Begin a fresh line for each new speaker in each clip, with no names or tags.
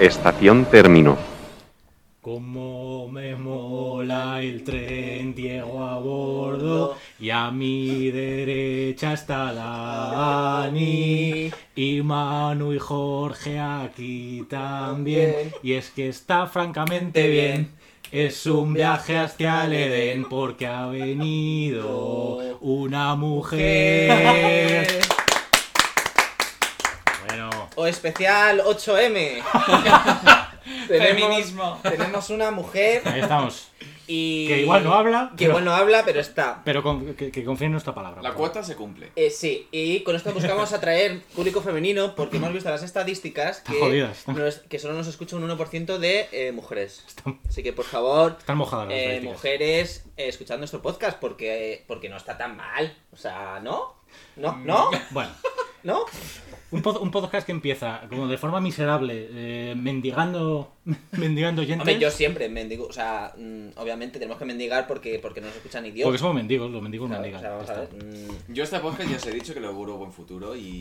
Estación término.
Como me mola el tren, Diego a bordo, y a mi derecha está Dani, y Manu y Jorge aquí también, y es que está francamente bien. Es un viaje hacia el Edén porque ha venido una mujer. Bueno,
O especial 8M.
Feminismo.
Tenemos una mujer
ahí estamos.
y.
Que igual no habla,
Que
pero-
igual no habla, pero está.
Pero con- que, que confíe en nuestra palabra.
La cuota se cumple.
Eh, sí, y con esto buscamos atraer público femenino porque hemos visto las estadísticas que,
jodidas.
no es- que solo nos escucha un 1% de eh, mujeres. Así que por favor,
Están mojadas las
eh,
estadísticas.
mujeres, eh, escuchad nuestro podcast porque, porque no está tan mal. O sea, ¿no? ¿No? ¿No?
Bueno,
¿No?
un, pod- un podcast que empieza como de forma miserable, eh, mendigando, mendigando oyentes.
Hombre, yo siempre mendigo. O sea, mm, obviamente tenemos que mendigar porque, porque no nos escucha ni Dios.
Porque somos mendigos, los mendigos
Claro,
mendigan.
o sea, vamos
ya
a ver,
está.
mm,
Yo este podcast ya os he dicho que lo auguro buen futuro y.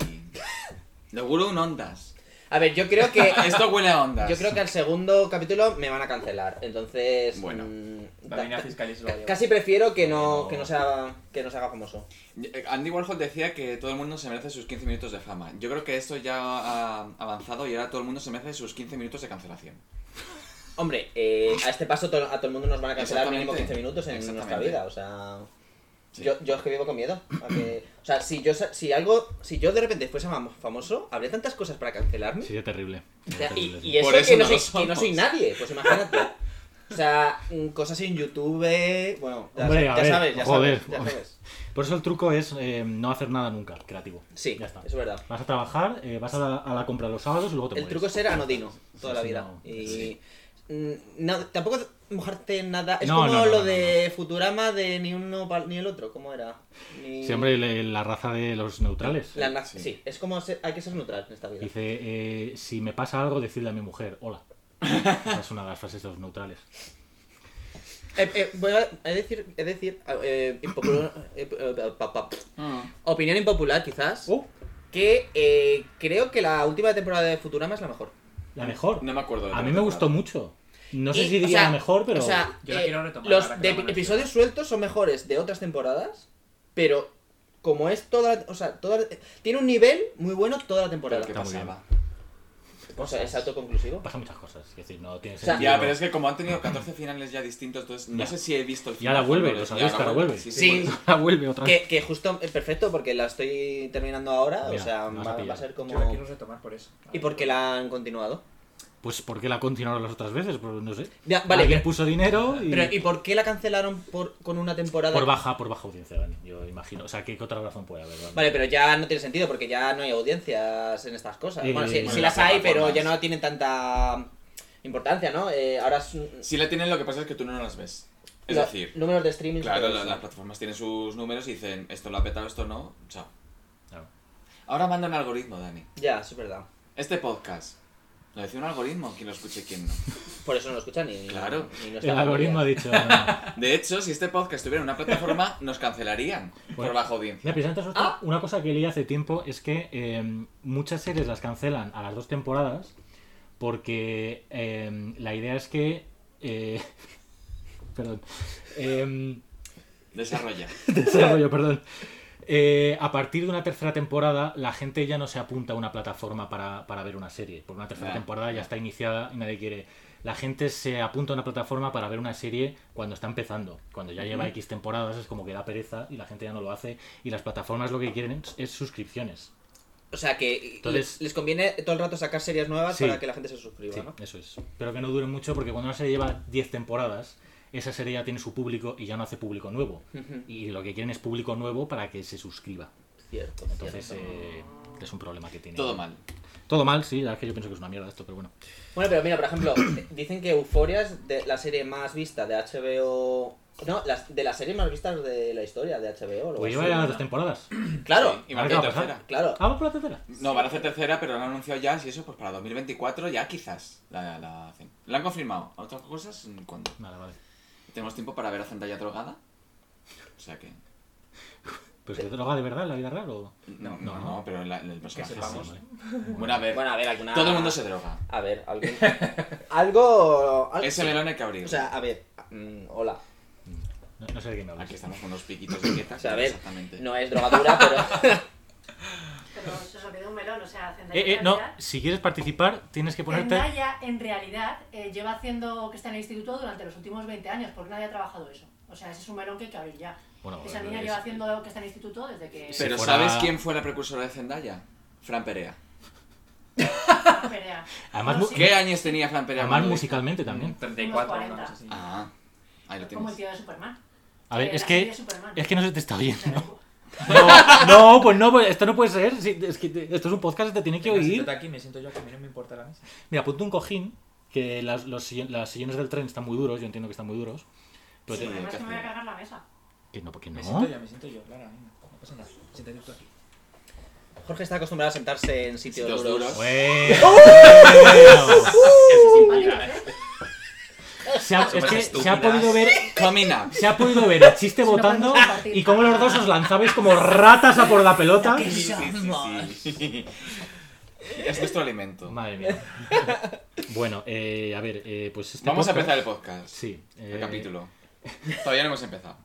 Lo auguro un ondas.
A ver, yo creo que.
Esto huele a ondas.
Yo creo que al segundo capítulo me van a cancelar. Entonces.
Bueno,
mm,
También
ta-
la fiscalía se lo va a
ta-
llevar.
Casi prefiero que no,
No.
que no se haga, que no se haga famoso.
Andy Warhol decía que todo el mundo se merece sus 15 minutos de fama. Yo creo que esto ya ha avanzado y ahora todo el mundo se merece sus 15 minutos de cancelación.
Hombre, eh, a este paso to- a todo el mundo nos van a cancelar mínimo
Exactamente.
15 minutos en nuestra
Exactamente.
vida. O sea.
Sí.
Yo, yo es que vivo con miedo. a que- o sea, si yo, sa- si algo. Si yo de repente fuese famo- famoso, habría tantas cosas para cancelarme.
Sería terrible.
O sea, y,
Terrible, sí.
y eso,
Por eso
que, no
no
soy,
lo
que no soy
somos.
nadie, pues imagínate. O sea, mm, cosas en YouTube. Bueno, ya,
Hombre,
sa-
a
ya
ver,
sabes, ya
joder.
sabes. Ya sabes.
Por eso el truco es eh, no hacer nada nunca, creativo.
Sí,
ya está.
es verdad.
Vas a trabajar, eh, vas a la, a la compra los sábados y luego te
El
mueres.
truco es ser anodino toda la
Sí,
vida.
no.
Y.
Sí.
mm, No, tampoco mojarte en nada. Es
No,
como
no, no,
lo
no,
de Futurama de ni uno pa- ni el otro. ¿Cómo era? Ni...
Siempre le- la raza de los neutrales.
La na- sí.
Sí.
es como ser- hay que ser neutral en esta vida.
Dice, eh, si me pasa algo, decirle a mi mujer, hola. Esa es una de las frases de los neutrales.
Eh, eh, voy a he de decir, he de decir eh, impopular- eh, eh, pa- pa- opinión impopular quizás. Que eh, creo que la última temporada de Futurama es la mejor.
La mejor.
No me acuerdo de
a
la
mí me
temporada.
gustó mucho. No sé
Y,
si
o
diría
sea,
la mejor, pero...
O sea,
Yo la
eh,
quiero retomar ahora
los
que
de-
la van a
episodios sueltos son mejores de otras temporadas, pero como es toda, o sea, toda tiene un nivel muy bueno toda la
Pero
temporada.
¿qué
Está muy
pasaba?
O sea, es autoconclusivo.
Pasa muchas cosas. Es decir, no tiene
O sea,
sentido.
Ya, pero es que como han tenido 14 finales ya distintos, entonces no
Ya.
sé si he visto el
Y ahora
final
vuelve,
final,
lo
y
sabéis que ahora vuelve.
Sí.
vuelve.
Ahora vuelve otra vez.
Que, que justo, eh, perfecto, porque la estoy terminando ahora,
Mira,
o sea,
me vas a
va,
pillar.
va a ser como...
Yo la quiero retomar por eso.
Y porque la han continuado.
Pues ¿por qué la continuaron las otras veces? Pues no sé.
Ya, vale,
Alguien
pero-
puso dinero y...
Pero, ¿y por qué la cancelaron por, con una temporada?
Por baja, por baja audiencia, Dani, yo imagino. O sea, ¿qué, qué otra razón puede haber? Dani?
Vale, pero ya no tiene sentido porque ya no hay audiencias en estas cosas.
Y-
bueno, sí,
bueno,
sí
las
las hay, pero ya
plataformas.
no tienen tanta importancia, ¿no? Eh, ahora es un-
Si la tienen, lo que pasa es que tú no las ves. Es
la-
decir,
números de streaming.
claro,
pero-
la- las plataformas tienen sus números y dicen esto lo ha petado, esto no, chao.
Claro.
Ahora manda un algoritmo, Dani.
Ya, es verdad.
Este podcast. Lo decía un algoritmo, quien lo escuche y quien no.
Por eso no lo escuchan ni.
Claro.
ni no está
El algoritmo ha
muy
dicho... Mira,
De hecho, si este podcast estuviera en una plataforma, nos cancelarían
Bueno.
por baja audiencia.
pero antes otra-
Ah.
una cosa que leí hace tiempo es que eh, muchas series las cancelan a las dos temporadas porque eh, la idea es que... eh, perdón. Eh,
Desarrolla.
desarrollo, perdón. Eh, a partir de una tercera temporada, la gente ya no se apunta a una plataforma para, para ver una serie. Por una tercera
Ya,
temporada ya está iniciada y nadie quiere. La gente se apunta a una plataforma para ver una serie cuando está empezando. Cuando ya lleva X temporadas es como que da pereza y la gente ya no lo hace. Y las plataformas lo que quieren es, es suscripciones.
bien. O sea que
Entonces-
les conviene todo el rato sacar series nuevas
Sí.
para que la gente se suscriba,
Sí,
¿no?
eso es. Pero que no dure mucho porque cuando una serie lleva 10 temporadas, esa serie ya tiene su público y ya no hace público nuevo.
Ujú.
Y lo que quieren es público nuevo para que se suscriba.
Cierto.
Entonces
cierto.
eh, es un problema que tiene.
Todo mal.
Todo mal, sí, la verdad es que yo pienso que es una mierda esto, pero bueno.
Bueno, pero mira, por ejemplo, dicen que Euphoria es de la serie más vista de HBO. No, las- de las series más vistas de la historia de HBO. o algo
Pues
así.
lleva ya las dos temporadas.
Claro,
Ahora, ¿qué
Y van a
va a
hacer
pasar?
tercera.
claro.
Ah, va por la tercera.
No, van a hacer tercera, pero lo han anunciado ya. Si eso, pues para 2024 ya quizás la, la hacen. La han confirmado. Otras cosas, ¿cuándo?
Vale, vale.
Tenemos tiempo para ver a Zendaya drogada. O sea que.
¿Pero se droga de verdad en la vida real o...? Ah,
No, no, no,
no.
pero en, la- en el personaje.
sepamos.
sí. Bueno, a ver.
Bueno, a ver, alguna.
Todo el mundo se droga.
A ver, algún- algo. algo...
Ese melón hay que abrir.
O sea, a ver. mm, hola.
No, no sé de qué me hablas.
Aquí estamos con unos piquitos de dieta.
O sea, a ver.
Exactamente.
No es drogadura, pero.
Pero se os olvidó un melón, o sea, Zendaya
Eh, eh,
en
no,
realidad-
si quieres participar, tienes que ponerte...
Zendaya, en realidad, eh, lleva haciendo que está en el instituto durante los últimos 20 años, porque nadie ha trabajado eso. O sea, ese es un melón que hay que abrir ya.
Bueno,
Esa
eh,
niña
es-
lleva haciendo que está en el instituto desde que...
Sí.
Pero
fuera-
¿sabes quién fue la precursora de Zendaya? Fran Perea.
Perea.
Además,
No,
mu-
sí, Mm.
¿Qué años tenía Fran Perea?
Además,
cuando-
musicalmente
Mm,
también.
34
Unos
una cosa
40.
así.
Ah, ahí lo
Como
tienes.
el tío de Superman.
A ver,
Eh,
es
la serie
que...
de Superman.
Es que no se te está
O sea,
oyendo. No, no, pues no, pues esto no puede ser. Sí, es que te- esto es un podcast, te tiene que
Venga, siéntate
oír.
aquí, me siento yo aquí, a mí no me importa la mesa.
Mira, ponte un cojín, que las, los, sillo- las sillones del tren están muy duros, yo entiendo que están muy duros. Pero
El
te-
problema es que me voy a cargar la mesa.
que no, porque no.
Me siento yo, me siento yo, claro, venga, no pasa nada. Siéntate tú aquí.
Jorge está acostumbrado a sentarse en sitios
Sitios
duros.
duros.
Bueno.
Simpáticos, ¿eh?
Se ha- es
Somos
que se ha
estúpidas.
podido ver
Coming up.
se ha podido ver el chiste
Si no
votando
podemos compartir.
y cómo los dos os lanzabais como ratas a por la pelota.
sí. Es nuestro alimento.
Madre mía. Bueno, eh, a ver, eh, pues este
Vamos a
podcast-
empezar el podcast.
Sí, eh,
El capítulo. Todavía no hemos empezado.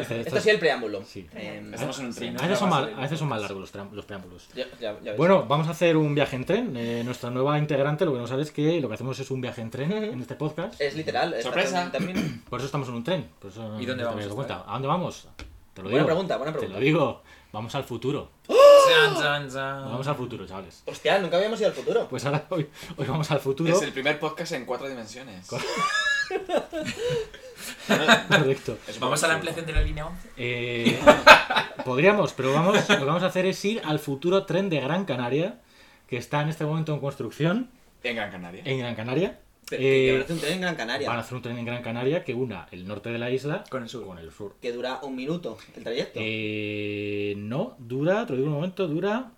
este-
Esto sí el preámbulo.
Sí.
Em,
Estamos en un
Sí,
tren.
¿no?
A veces son mal- a veces son más largos los, tram- los preámbulos.
ya, ya- ya ves.
Bueno, vamos a hacer un viaje en tren. Eh, nuestra nueva integrante lo que no sabe es que lo que hacemos es un viaje en tren en este podcast.
Es literal. está
Sorpresa.
también-
Por eso estamos en un tren. por eso no-
¿Y dónde
no te
vamos
habías dado
a estar?
cuenta. ¿A dónde vamos? Te lo
Buena
digo.
pregunta, buena
Te lo
pregunta.
digo. Vamos al futuro.
Zan, zan, zan.
Nos Vamos al futuro, chavales.
Hostia, nunca habíamos ido al futuro.
Pues ahora hoy, hoy vamos al futuro.
Es el primer podcast en cuatro dimensiones.
Co-
Claro,
Correcto.
es un
Vamos
poco
a
absurdo.
la ampliación de la línea 11.
Eh, podríamos, pero vamos, lo que vamos a hacer es ir al futuro tren de Gran Canaria, que está en este momento en construcción
En Gran Canaria.
en Gran Canaria.
Pero
Eh,
que habrá un tren en Gran Canaria.
van a hacer un tren en Gran Canaria que una el norte de la isla
Con el sur.
Con el sur.
Que dura un minuto el trayecto.
Eh, no, dura, te lo digo un momento, dura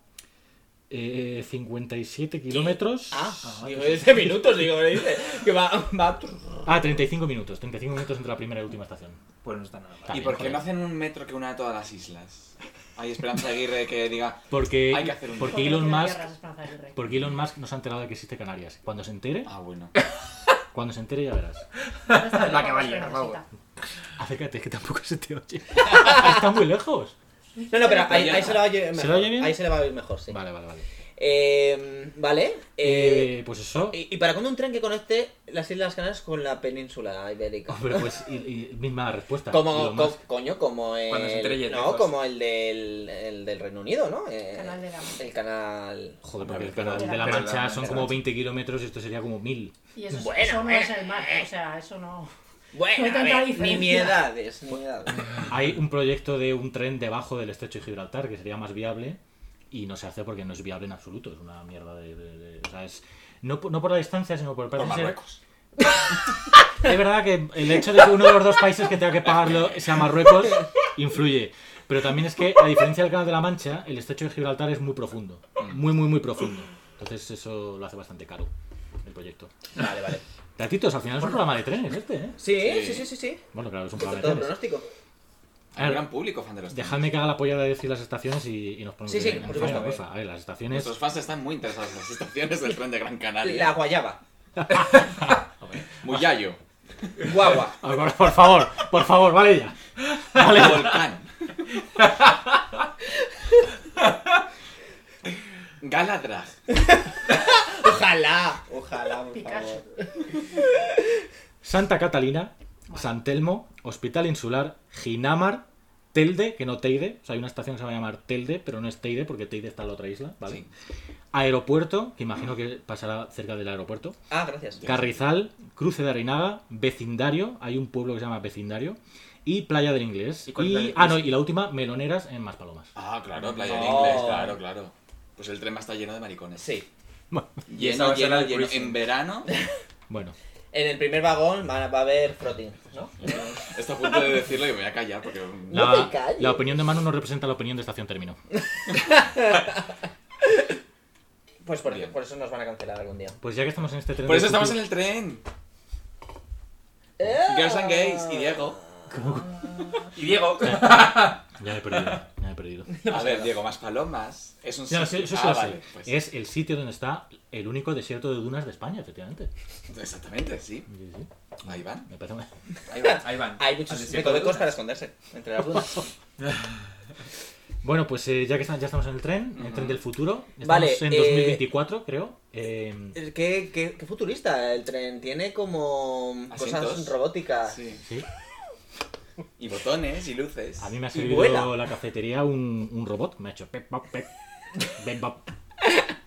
eh, 57 kilómetros.
Ah, digo, 10 minutos, digo, me dice. Que va, va.
Ah, 35 minutos, 35 minutos entre la primera y última estación.
Pues no está nada mal.
Está
¿Y
bien,
por qué
joder.
no hacen un metro que una de todas las islas? Hay Esperanza Aguirre que diga.
Porque,
Hay que hacer un-
porque
Porque
Elon
no tiene
Musk...
tierras, Esperanza Aguirre.
Porque Elon Musk no se ha enterado de que existe Canarias. Cuando se entere,
Ah, bueno.
cuando se entere ya verás.
La que va a llegar, vamos.
Acércate, que tampoco se te oye. Está muy lejos.
No, no, pero ahí, ahí se lo va a oír mejor.
¿Se lo oye bien?
Ahí se le va a oír mejor, sí.
Vale, vale, vale.
Eh, vale. Eh,
Eh, pues eso.
¿Y, y para cuándo un tren que conecte las Islas Canarias con la península ibérica?
Hombre, pues y- y misma respuesta.
Como,
Elon
co-
Musk.
coño, como el,
Cuando se estrelle
no,
lejos.
como el del, el del Reino Unido, ¿no? Eh,
Canal de la Mancha.
El canal...
Joder, porque el
Pero-
canal de la
pero-
Mancha son
pero-
como 20 kilómetros y esto sería como 1000.
Y eso, es-
Bueno,
eso no
eh,
es el mar, o sea, eso no...
Bueno,
No hay
a
tanta
ver, ni
diferencia.
miedades, ni miedades.
Hay un proyecto de un tren debajo del estrecho de Gibraltar que sería más viable y no se hace porque no es viable en absoluto. Es una mierda de. de- de- o sea, es. No, por- no por la distancia, sino por
Por
parece ser-
Marruecos.
Es verdad que el hecho de que uno de los dos países que tenga que pagarlo sea Marruecos influye. Pero también es que, a diferencia del Canal de la Mancha, el estrecho de Gibraltar es muy profundo.
Mm.
Muy, muy, muy profundo. Entonces eso lo hace bastante caro el proyecto.
Vale, vale.
Datitos, al final es un programa de trenes este, ¿eh?
Sí,
Sí.
sí, sí, sí, sí. sí.
Bueno, claro, es un
Todo
programa de trenes.
pronóstico.
A
Hay un
ver,
gran público fan de los trenes.
Dejadme que haga la polla de decir las estaciones y, y nos ponemos
Sí, sí,
en- en
por
faena,
supuesto.
porfa. A ver, las estaciones...
Nuestros fans están muy interesados en las estaciones del tren de Gran Canaria.
La guayaba.
Muyayo.
Guagua.
Ah, Por, por favor, por favor, vale ya. Vale.
Volcán. Galadrag.
Ojalá. Ojalá, por
Picasso.
favor.
Santa Catalina, San Telmo, Hospital Insular, Ginamar, Telde, que no Teide, o sea, hay una estación que se va a llamar Telde, pero no es Teide porque Teide está en la otra isla, ¿vale?
Sí.
Aeropuerto, que imagino que pasará cerca del aeropuerto.
Ah, gracias.
Carrizal, Cruce de Arinaga, Vecindario, hay un pueblo que se llama Vecindario, y Playa del Inglés.
¿Y cuál es la del
ah, no,
Inglés?
y la última, Meloneras en Maspalomas.
Ah, claro, Playa del
No.
Inglés, claro, claro. Pues el tren va a estar lleno de maricones.
Sí.
esa va
Lleno,
a ser
lleno,
la
lleno.
prisión.
En verano
Bueno,
En el primer vagón van a- va a haber frotting, ¿no?
Está a punto de decirlo y me voy a callar porque.
No
la,
te calles.
la opinión de Manu no representa la opinión de Estación Término.
Pues por,
Bien.
por eso nos van a cancelar algún día.
Pues ya que estamos en este tren...
Por
del
eso estamos en
futuro-
el tren.
Eh.
Girls and Gays y Diego.
Y Diego,
Ya me he perdido, ya me he perdido.
A ver, Diego, más palomas. Es un
Ya, sí,
sitio-
eso sí
ah,
lo sé.
vale, pues-
Es el sitio donde está el único desierto de dunas de España, efectivamente.
Exactamente, sí.
Sí, sí.
Ahí van.
Me parece muy-
Ahí van.
Ahí van.
Hay
Al
muchos
desierto de
recovecos
Dunas.
para esconderse entre las dunas.
Bueno, pues eh, ya que está- ya estamos en el tren, en el tren del futuro, estamos
Vale,
en
eh,
2024, creo. Eh,
Eh, ¿Qué, qué, qué futurista el tren. Tiene como cosas
Asientos.
Ah.
robóticas.
Sí.
sí.
Y botones y luces.
A mí me ha
Y vuela.
servido la cafetería un, un robot que me ha hecho pep, pop, pep, pep, pop.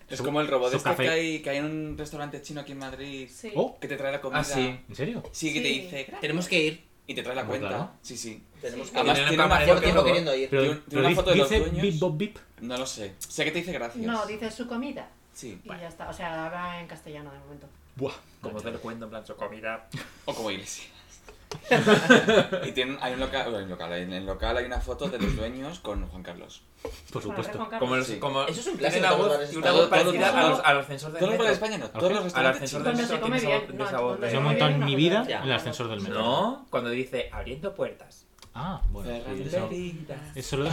Es
Su-
como el robot
su
este
café.
que hay, que hay en un restaurante chino aquí en Madrid
Sí.
Oh,
que te trae la comida.
Ah, sí.
¿en serio?
Sí, que te
Sí.
dice. "Gracias",
Tenemos que ir.
Y te trae la
Muy
cuenta.
claro.
Sí, sí.
Tenemos que
Además,
tiene
tiene
una
una
camarera
Llevo
foto.
que
tiempo
robot.
queriendo ir.
Pero,
Tiene un- tiene
pero
una
di-
foto de los
dice
dueños.
bip, bop, bip.
No lo sé. Sé que te dice gracias.
No, dice su comida.
Sí.
Y ya está. O sea, habla en castellano de momento.
Buah,
Como
macho.
te lo cuento, en plan, su comida.
O como iglesia. y tienen, hay un local, bueno, hay un local, en el local hay una foto de los dueños con Juan Carlos.
Por
Bueno,
supuesto.
Juan Carlos.
Como los,
Sí.
como
Eso es un
tiene
clásico
una
de los
voz,
bares
y una voz
españoles.
parecida a
Todo-
los, al
Pues
ascensor del
Todos los
metro.
bares de España no, todos los
Al
restaurantes
ascensor del
chinos.
Cuando
metro
se come
tiene esa voz,
bien,
tiene
no,
esa voz
cuando
de-
se
Yo he
come
montado
bien,
en
una
mi
foto de
vida
los
el ascensor del metro.
No, cuando dice abriendo puertas.
Ah, bueno.
Cerrando
sí, eso,
heridas.
eso lo,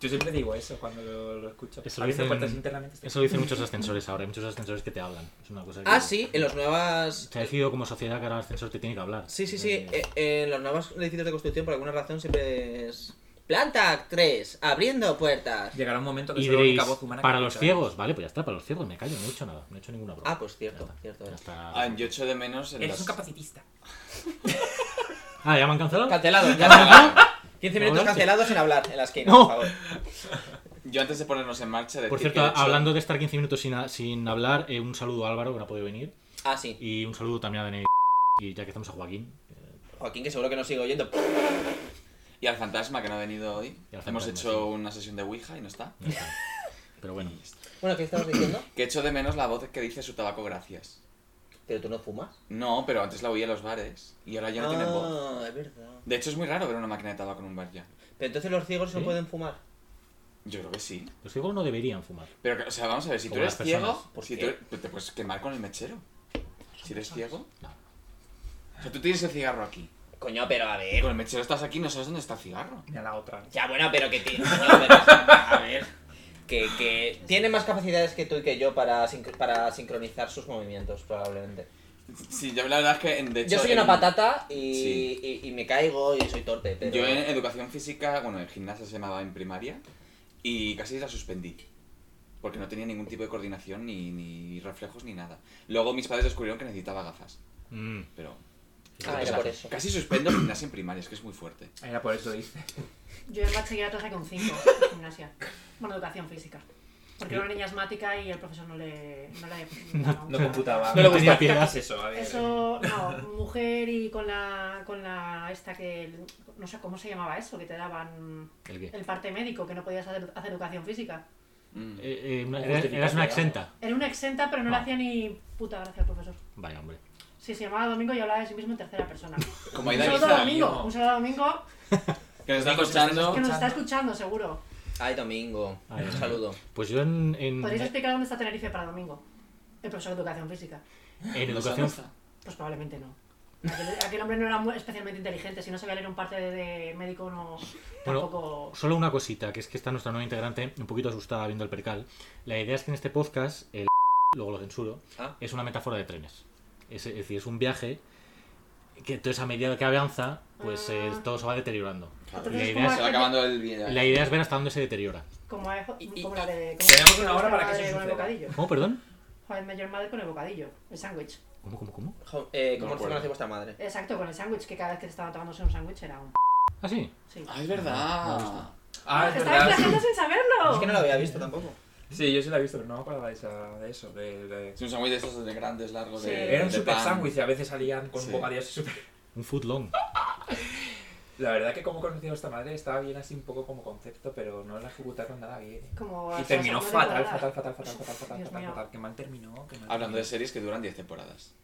Yo siempre digo eso cuando lo, lo escucho.
Eso
abriendo
dicen-
puertas internamente. estoy-
eso lo dicen muchos ascensores ahora. Hay muchos ascensores que te hablan. Es una cosa que-
Ah, sí, en los nuevas.
Se ha decidido como sociedad que ahora el ascensor te tiene que hablar.
Sí, sí, sí.
Eh,
eh, eh, en los nuevos edificios de construcción, por alguna razón, siempre es. Planta 3, abriendo puertas.
Llegará un momento que
y
es la
diréis,
única voz humana que
para los
escucharás.
ciegos, vale, pues ya está, para los ciegos me callo, no he hecho nada, no he hecho ninguna broma.
eh. Ah, pues cierto,
Ya
cierto.
Ya está.
Ah, yo echo de menos en
Eres
los-
un capacitista.
Ah, ¿ya me han cancelado?
Cancelado, ya está. 15 minutos
Ahora sí.
cancelados sin hablar en la esquina,
No.
por favor.
Yo antes de ponernos en marcha decir
Por
que
cierto,
he hecho-
hablando de estar 15 minutos sin, sin hablar, eh, un saludo a Álvaro, que no ha podido venir,
Ah, sí.
y un saludo también a Dani y ya que estamos a Joaquín.
Joaquín, que seguro que nos sigue oyendo.
Y al fantasma que no ha venido hoy.
Y al
Hemos
fantasma,
hecho
sí.
una sesión de Ouija y no está.
ya está. Pero bueno,
Bueno, ¿qué estabas diciendo?
Que echo de menos la voz que dice su tabaco gracias.
Pero tú no fumas.
No, pero antes la oía en los bares y ahora ya no tienen voz.
ah, es verdad.
De hecho, es muy raro ver una máquina de tabaco en un bar ya.
Pero entonces los ciegos
¿Sí?
no pueden fumar.
Yo creo que sí.
los ciegos no deberían fumar.
Pero, que- o sea, vamos a ver, si tú
Como
eres
las personas.
ciego,
¿Por
si
qué?
tú- pues, te puedes quemar con el mechero. Si eres ciego.
No.
O sea, tú tienes el cigarro aquí.
Coño, pero a
Y
ver.
con el mechero estás aquí y no sabes dónde está el cigarro.
Mira la otra.
Ya, bueno, pero que tiene. a ver. Que, que tiene más capacidades que tú y que yo para, sincro- para sincronizar sus movimientos, probablemente.
Sí, yo la verdad es que, en- de hecho...
Yo soy una
en-
patata y,
Sí.
y, y me caigo y soy torpe, pero.
Yo en educación física, bueno, en gimnasia se llamaba en primaria, y casi la suspendí. Porque no tenía ningún tipo de coordinación, ni, ni reflejos, ni nada. Luego mis padres descubrieron que necesitaba gafas.
Mm.
Pero
Ah, era por eso.
casi suspendo gimnasia en primaria, es que es muy fuerte.
Era por eso dice.
Yo en bachillerato saqué un 5 en gimnasia. Bueno, educación física. Porque era una niña asmática y el profesor no le... No, le,
No computaba.
No le gusta.
tenía piedad. ¿Qué es eso? A ver.
Eso, no, mujer y con la, con la esta que, no sé cómo se llamaba eso, que te daban
¿El qué? Eh,
el parte médico, que no podías hacer, hacer educación física.
Mm.
Eh, eh, una-
Como
eras- eras una
justificación.
exenta.
Era una exenta, pero no le
Ah.
hacía ni puta gracia al profesor.
eh.
Vaya, hombre.
Sí, se llamaba Domingo y hablaba de sí mismo en tercera persona.
Como
Un
hay
saludo a Domingo,
amigo.
un saludo a Domingo,
que nos está
Nico, si
que
escuchando.
nos está escuchando, seguro.
Ay, Domingo.
Ay,
un
Domingo.
saludo.
Pues yo en, en,
¿Podríais explicar dónde está Tenerife para Domingo? El profesor de educación física.
en
nos
educación...
está-
Pues probablemente no. Aquel, aquel hombre no era muy- especialmente inteligente, si no sabía leer un parte de, de médico no
Bueno,
tampoco...
Solo una cosita, que es que está nuestra nueva integrante un poquito asustada viendo el percal. La idea es que en este podcast, el luego lo censuro,
Ah.
es una metáfora de trenes. Es, es decir, es un viaje que entonces a medida que avanza, pues eh,
Ah.
todo se va deteriorando.
Claro,
Entonces,
la
¿cómo
idea,
Se va acabando el video.
es, la idea es ver hasta dónde se deteriora.
Como, a- como
Y- y-
la de... Como
tenemos una
como
hora
la
para que
madre
eso
con el
suceda.
bocadillo.
¿Cómo, perdón?
Joder, Mayor Madre con el bocadillo, el sándwich.
¿Cómo, cómo, cómo?
Jo- eh, ¿Cómo
No me
se
acuerdo.
conoce vuestra madre?
Exacto, con el sándwich, que cada vez que te estaban tomándose un sándwich era un...
Ah, sí.
Sí.
Ah,
No, no
es
lo he
verdad.
visto.
Ah, es
¡Estabais
verdad.
la gente sin saberlo!
Es que no lo había visto tampoco.
Sí, yo sí la he visto, pero no me acordaba de, esa- de eso. De, de-
Es un sándwich de esos de grandes, largos.
Sí.
De,
Era un
de
super
pan.
sándwich y a veces salían con
Sí.
bocadillos super...
Un foot long.
La verdad que como conocí a vuestra madre estaba bien así un poco como concepto, pero no la ejecutaron nada bien.
Como
Y terminó
no
fatal,
recordaba.
fatal, fatal, fatal, fatal, fatal,
Dios
fatal,
mío.
fatal. Qué mal terminó, qué mal
Hablando de
terminó.
series que duran 10 temporadas.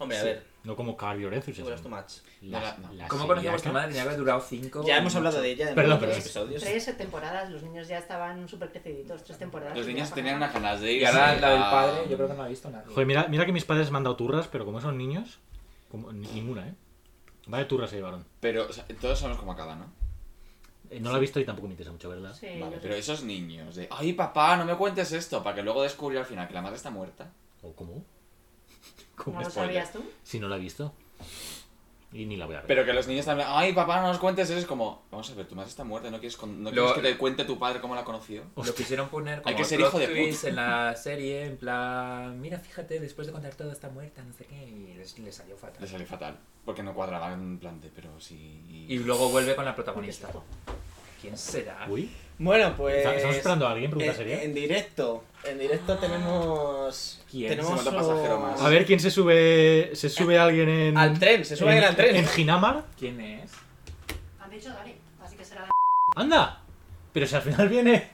Hombre, a
Sí.
ver,
No como Car Your Enthusiasm.
seguro es tu match.
La-
No, no.
la
¿Cómo conocí a
siriaca.
vuestra madre? Tenía que haber durado 5.
Ya hemos hablado de ella en
Perdón,
otros
perdón.
episodios.
Tres temporadas, los niños ya estaban súper creciditos, tres temporadas.
Los
y
niños
ya
tenían
para-
unas ganas de ir.
Y ahora la del
Ah.
padre, yo creo que no la ha visto nadie.
Joder, mira, mira que mis padres me han dado turras, pero como son niños, como, ni- ninguna, ¿eh? Vaya turras se llevaron.
Pero o sea, todos sabemos cómo acaba, ¿no?
Eh, No la he visto y tampoco me interesa mucho, ¿verdad?
Sí,
Vale,
Eh, yo
pero esos niños de, ay papá, no me cuentes esto, para que luego descubrir al final que la madre está muerta.
¿O cómo?
¿No
¿Cómo?
lo
spoiler.
sabías tú?
Si no la he visto. Y ni la voy a ver.
Pero que los niños también, ay papá, no nos cuentes eso, es como, vamos a ver, tu madre está muerta, no quieres, con- no
Lo-
quieres que te cuente tu padre cómo la conoció.
Lo quisieron poner como
que ser
plot
hijo de puta.
twist en la serie, en plan, mira, fíjate, después de contar todo está muerta, no sé qué, y les, les salió
Le
fatal.
salió fatal, porque no cuadraba en plan de, pero sí...
Y luego vuelve con la protagonista. ¿Quién será?
¿Ah? Uy,
Bueno, pues.
¿estamos esperando a alguien? Pregunta
En,
seria.
en directo. En directo tenemos.
¿Quién?
Tenemos.
Segundo pasajero
o-
más.
A ver quién se sube. Se sube alguien en.
Al tren, se sube
en-
alguien al tren.
En Ginamar.
¿Quién es?
Han dicho Dani, así que será Dani.
¡Anda! Pero si al final viene.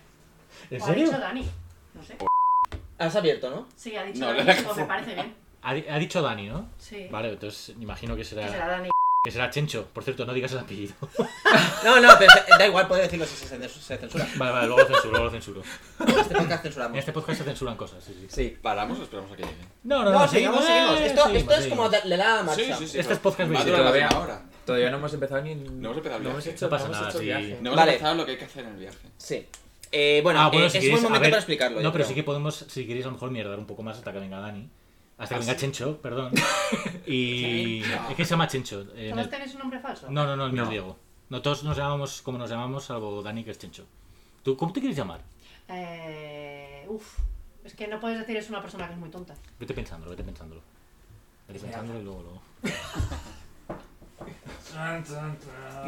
¿En
¿O ha
serio?
dicho Dani? No sé.
Has Ah, abierto, ¿no?
Sí, ha dicho
No,
Dani,
la-
digo, me parece bien.
Ha, di- ha dicho Dani, ¿no?
Sí.
Vale, entonces imagino que
Que será
será.
Dani.
Que será Chencho. Por cierto, no digas el apellido.
No, no, pero se- da igual, puedes decirlo si se, cen- se censura.
Vale, vale, luego lo censuro, luego lo censuro.
Este podcast
En
censuramos.
este podcast se censuran cosas, sí, sí.
Sí.
¿Paramos o esperamos a que llegue?
No, no,
No,
no,
seguimos,
eh,
seguimos. Esto,
seguimos,
esto es
seguimos.
como da- le da marcha.
Este es podcast
Va a
veinte.
durar
Todavía-
una hora.
Todavía no hemos empezado ni... No
hemos empezado el
hemos
viaje.
hecho,
No pasa
hemos
nada,
hecho
sí.
viaje.
No hemos
Vale.
empezado lo que hay que hacer en el viaje.
Sí. Eh, bueno,
Ah, bueno,
eh,
si
es
queréis,
buen
a
momento
ver,
para explicarlo. eh,
No,
yo
pero
creo.
sí que podemos, si queréis, a lo mejor mierdar un poco más hasta que venga Dani. Hasta que
Ah,
venga
sí.
Chencho, perdón. Y. Es que se llama Chencho. eh, en
¿Todos
el-
tenéis un nombre falso?
No, no, no, el mío
No.
es Diego. No, todos nos llamamos como nos llamamos, salvo Dani, que es Chencho. ¿Tú cómo te quieres llamar?
Eh, uf. Es que no puedes decir es una persona que es muy tonta.
Vete pensándolo, vete pensándolo. Vete pensándolo y luego, luego.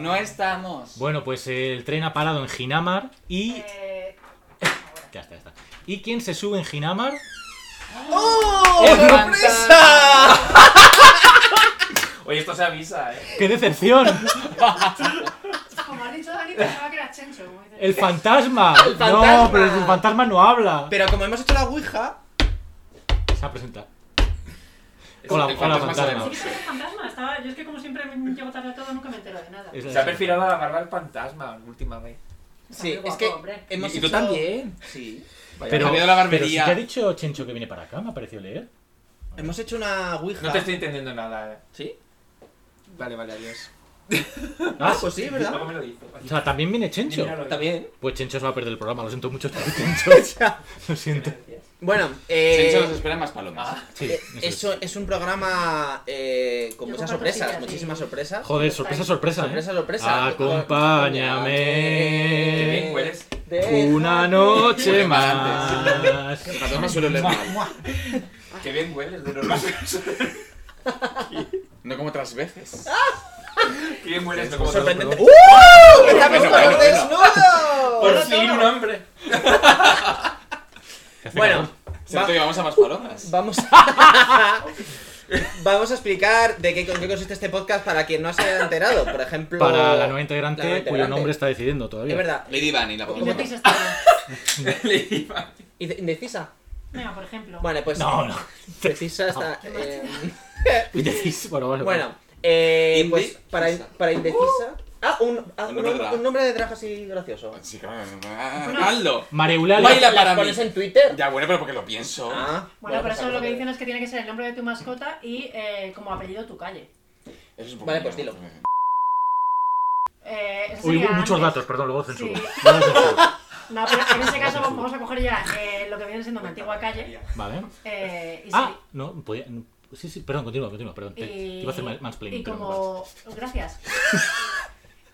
No estamos.
Bueno, pues eh, el tren ha parado en Ginamar y.
Eh,
Ya está, ya está. ¿Y quién se sube en Ginamar?
¡Oh!
¡Es
¡Sorpresa!
Oye, esto se avisa, ¿eh?
¡Qué decepción!
como has dicho Dani, pensaba que era Chencho. como dices.
¡El fantasma!
El fantasma.
No, pero el fantasma no habla.
Pero como hemos hecho la Ouija,
Se ha presentado. Hola,
el
hola,
fantasma sale
fantasma.
Sí que soy el fantasma. Estaba, yo es que como siempre me llego tarde a todo, nunca me entero de nada.
Es-
Se ha perfilado a la barra el fantasma últimamente.
sí,
Guapo,
es que
hombre.
hemos
Y tú
hecho...
también.
Sí.
Vaya,
Pero,
salido de la
pero sí
barbería.
que ha dicho Chencho que viene para acá, me ha parecido leer.
Hemos hecho una Ouija.
No te estoy entendiendo nada. eh.
¿Sí?
Vale, vale, adiós.
Ah,
Ah,
pues sí,
Luego
¿verdad?
me lo dices.
o sea, también viene Chencho.
Míralo.
También.
Pues Chencho se va a perder el programa, lo siento mucho, Chencho. Lo siento.
Bueno, eh...
Chencho nos espera más palomas.
Sí,
Eh,
eso es.
eso es un programa eh, con
Yo
muchas
comparto
sorpresas,
sillas, sí.
muchísimas sorpresas.
Joder, sorpresa, sorpresa. ¿eh?
Sorpresa, sorpresa.
Qué
Acompáñame.
bien hueles.
Deja-
Una noche
Huele
más.
El fantasma suele oler mal.
Qué bien hueles, de normal.
No como otras veces.
Qué bien hueles, no como todo,
Sorprendente.
pero-
¡Uh! ¡Estamos con
Bueno, bueno,
los
bueno.
desnudos!
Por fin un hombre.
Bueno,
Siento que vamos a más palomas.
vamos a... Vamos a explicar de qué, con qué consiste este podcast para quien no se haya enterado. Por ejemplo...
Para la nueva integrante,
la nueva
cuyo
integrante.
nombre está decidiendo todavía.
Es verdad.
Lady Bunny, la
Y no
podemos
te
llamar.
hice esto.
Inde- Indecisa.
Venga, por ejemplo.
Bueno, pues...
No, no.
Precisa está... eh,
Decís, bueno, vale, vale.
Bueno, eh,
Indi-
pues para,
Isa.
para indecisa... Ah, un, ah,
Uh. Un
un,
nombre de drag.
un nombre de drag así gracioso.
Sí, claro. Ronaldo.
María Eulalia-
Baila
¿Las
para mí.
pones en Twitter?
Ya, bueno, pero porque lo pienso.
Ah,
Bueno, pero
pues
eso lo que
algo.
dicen es que tiene que ser el nombre de tu mascota y eh, como apellido tu calle.
Eso es un poco
Vale, pues
mierda.
Eh, eso
Uy,
sería
muchos
antes.
datos, perdón, luego censuro.
Sí.
Luego censuro.
No, pero en ese caso vamos a coger ya eh, lo que viene siendo una antigua calle.
Vale.
eh, y,
Ah, no, podía. no, Sí, sí, perdón, continúa, continúa, perdón. Te,
sí-
te
y-
iba a hacer ma- mansplaining.
Eh, y
pero no
como... Gracias.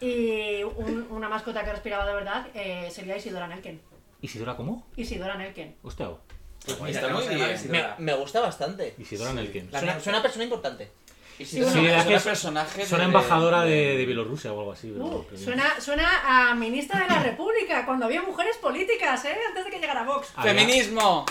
Y un- una mascota que respiraba de verdad eh, sería Isidora Nelken.
basta. ¿Isidora cómo?
Isidora Nelken.
Hostia.
Pues
Está
tenemos
muy
a la
bien.
Isidora.
Me gusta bastante.
Isidora Nelken.
Suena, suena una persona importante. Y si
Sí,
no-
bueno,
Sí,
Es
la que
una
es-
personaje.
Suena
de-
embajadora de, de Bielorrusia o algo así. pero-
Uh,
pero-
suena, suena a ministra de la República, cuando había mujeres políticas, ¿eh? Antes de que llegara Vox.
Había-
¡Feminismo!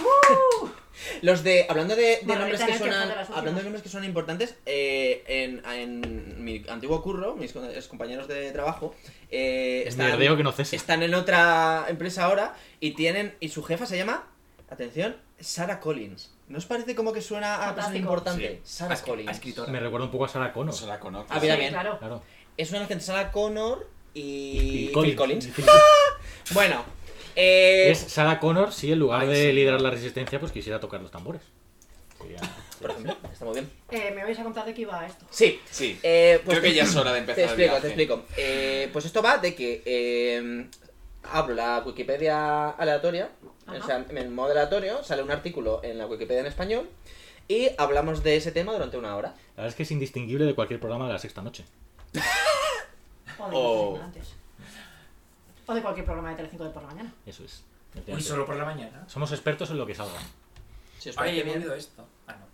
Los de. Hablando de, de
Bueno,
nombres que
Britania, que fue
suenan.
de las últimas.
Hablando de nombres que suenan importantes, eh, en, en mi antiguo curro, mis co- es compañeros de trabajo, eh,
Es
están,
mierdeo que no cese.
están en otra empresa ahora y tienen. Y su jefa se llama. Atención, Sarah Collins. ¿No os parece como que suena a persona
Fantástico.
importante?
A
Sarah
escri-
Collins.
a escritora.
Me recuerda un poco a Sarah Connor.
Se la conozco.
Ah, mira, bien.
claro.
Claro.
Es una mezcla entre Sarah Connor y. Phil Collins.
Y Phil-
Bueno, eh.
Es Sarah Connor si en lugar
Ay,
de
sí.
liderar la resistencia pues quisiera tocar los tambores. Sería-
por ejemplo. Está muy bien.
Eh, me vais a contar de qué iba esto.
Sí.
Sí.
Eh, pues
Creo que ya es hora de
Te
empezar
explico,
el
te
viaje.
explico. Eh, pues esto va de que eh, abro la Wikipedia aleatoria,
Ajá.
o sea, en el modo aleatorio sale un artículo en la Wikipedia en español y hablamos de ese tema durante una hora.
La verdad es que es indistinguible de cualquier programa de la sexta noche.
O de
Oh.
los antes. O de cualquier programa de Telecinco de por la mañana.
Eso es.
Uy, solo por la mañana.
Somos expertos en lo que salga.
Si os
Ay,
parece
he
bien.
vivido esto. Ah, no.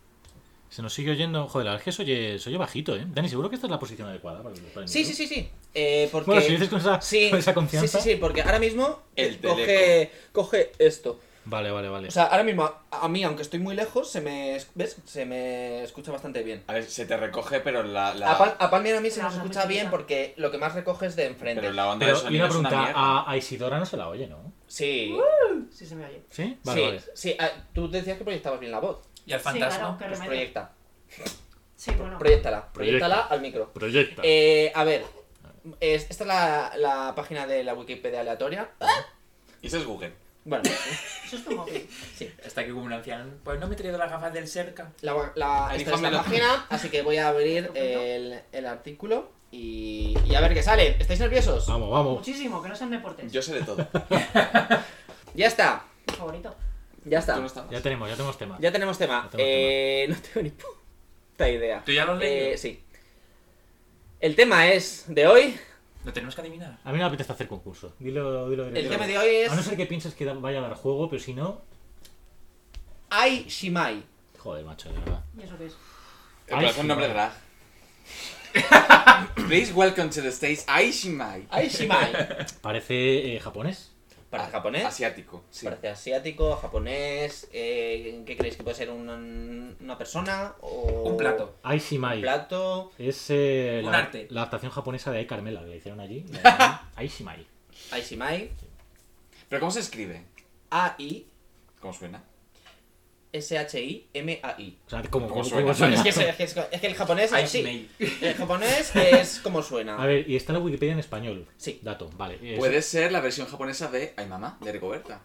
Se nos sigue oyendo. Joder, la verdad es que se oye, se oye bajito, ¿eh? Dani, seguro que esta es la posición adecuada para para el
Sí, sí,
micro?
sí, sí. Eh, porque...
Bueno, si dices con esa,
Sí,
con esa confianza.
Sí, sí, sí, porque ahora mismo
El
coge, coge esto.
Vale, vale, vale.
O sea, ahora mismo a, a mí, aunque estoy muy lejos, se me, es- ¿ves? se me escucha bastante bien.
A ver, se te recoge, pero la. la-
A Pan, a Palmi y a mí se
La
nos
banda
escucha bien
chiquita.
porque lo que más recoge es de enfrente.
Pero la onda de
Pero, y
sonido
una
es una
pregunta, ah.
mierda.
a, a Isidora no se la oye, ¿no?
Sí,
Uh. Si se me oye.
¿Sí?
sí,
Vale,
sí. ah, tú decías que proyectabas bien la voz.
Y al
Sí, claro,
fantasma.
que
Pues
remedio.
proyecta,
Sí, bueno.
proyectala, proyectala al micro.
vale. Proyecta.
Eh, a ver, es- esta es la, la página de la Wikipedia aleatoria.
Ah.
Y eso es Google.
Bueno,
Eso es tu móvil.
sí.
Está aquí como un anciano. Pues no me he traído las gafas del cerca.
La, la,
Ahí
esta es la
déjamelo.
página, así que voy a abrir el, el artículo y, y a ver qué sale. ¿Estáis nerviosos?
Vamos, vamos.
Muchísimo, que no sean deportes.
Yo sé de todo.
Ya está,
Mi favorito.
ya
Tú no
está.
estabas.
Ya tenemos, ya tenemos tema.
Ya tenemos tema.
Ya tenemos
Eh, no tengo ni puta idea.
¿Tú ya lo has
Eh,
leído?
sí. El tema es de hoy.
Lo tenemos que adivinar.
A mí no me apetece hacer concurso. Dilo, dilo, dilo.
El tema de hoy es
A no ser que pienses que da- vaya a dar juego, pero si no.
Ai Shimai.
Joder, macho, de verdad.
¿Y eso qué es?
El
Aishimai.
corazón nombre drag. Please welcome to the stage Aishimai.
Ai Shimai.
Parece eh, japonés.
Para
Ah,
japonés.
Asiático, sí.
Parece asiático, japonés. Eh, ¿Qué creéis que puede ser? ¿Una, una persona? O...
Un plato.
Un
Aishimai.
plato.
Es eh,
Un
la,
arte.
la adaptación japonesa de Carmela, que le hicieron allí. y la llamaron Aishimai.
Aishimai.
¿Pero cómo se escribe? ¿Cómo suena?
A-I-S-H-I-M-A-I.
O sea, como,
¿Cómo
como-
suena?
como
Es que, es, es que- es que el japonés es
Ay,
así.
mail.
El japonés es como
A
suena.
ver, y está la Wikipedia en español.
Sí.
Dato, vale. Es-
Puede ser la versión japonesa de Ay mamá, de Rigoberta.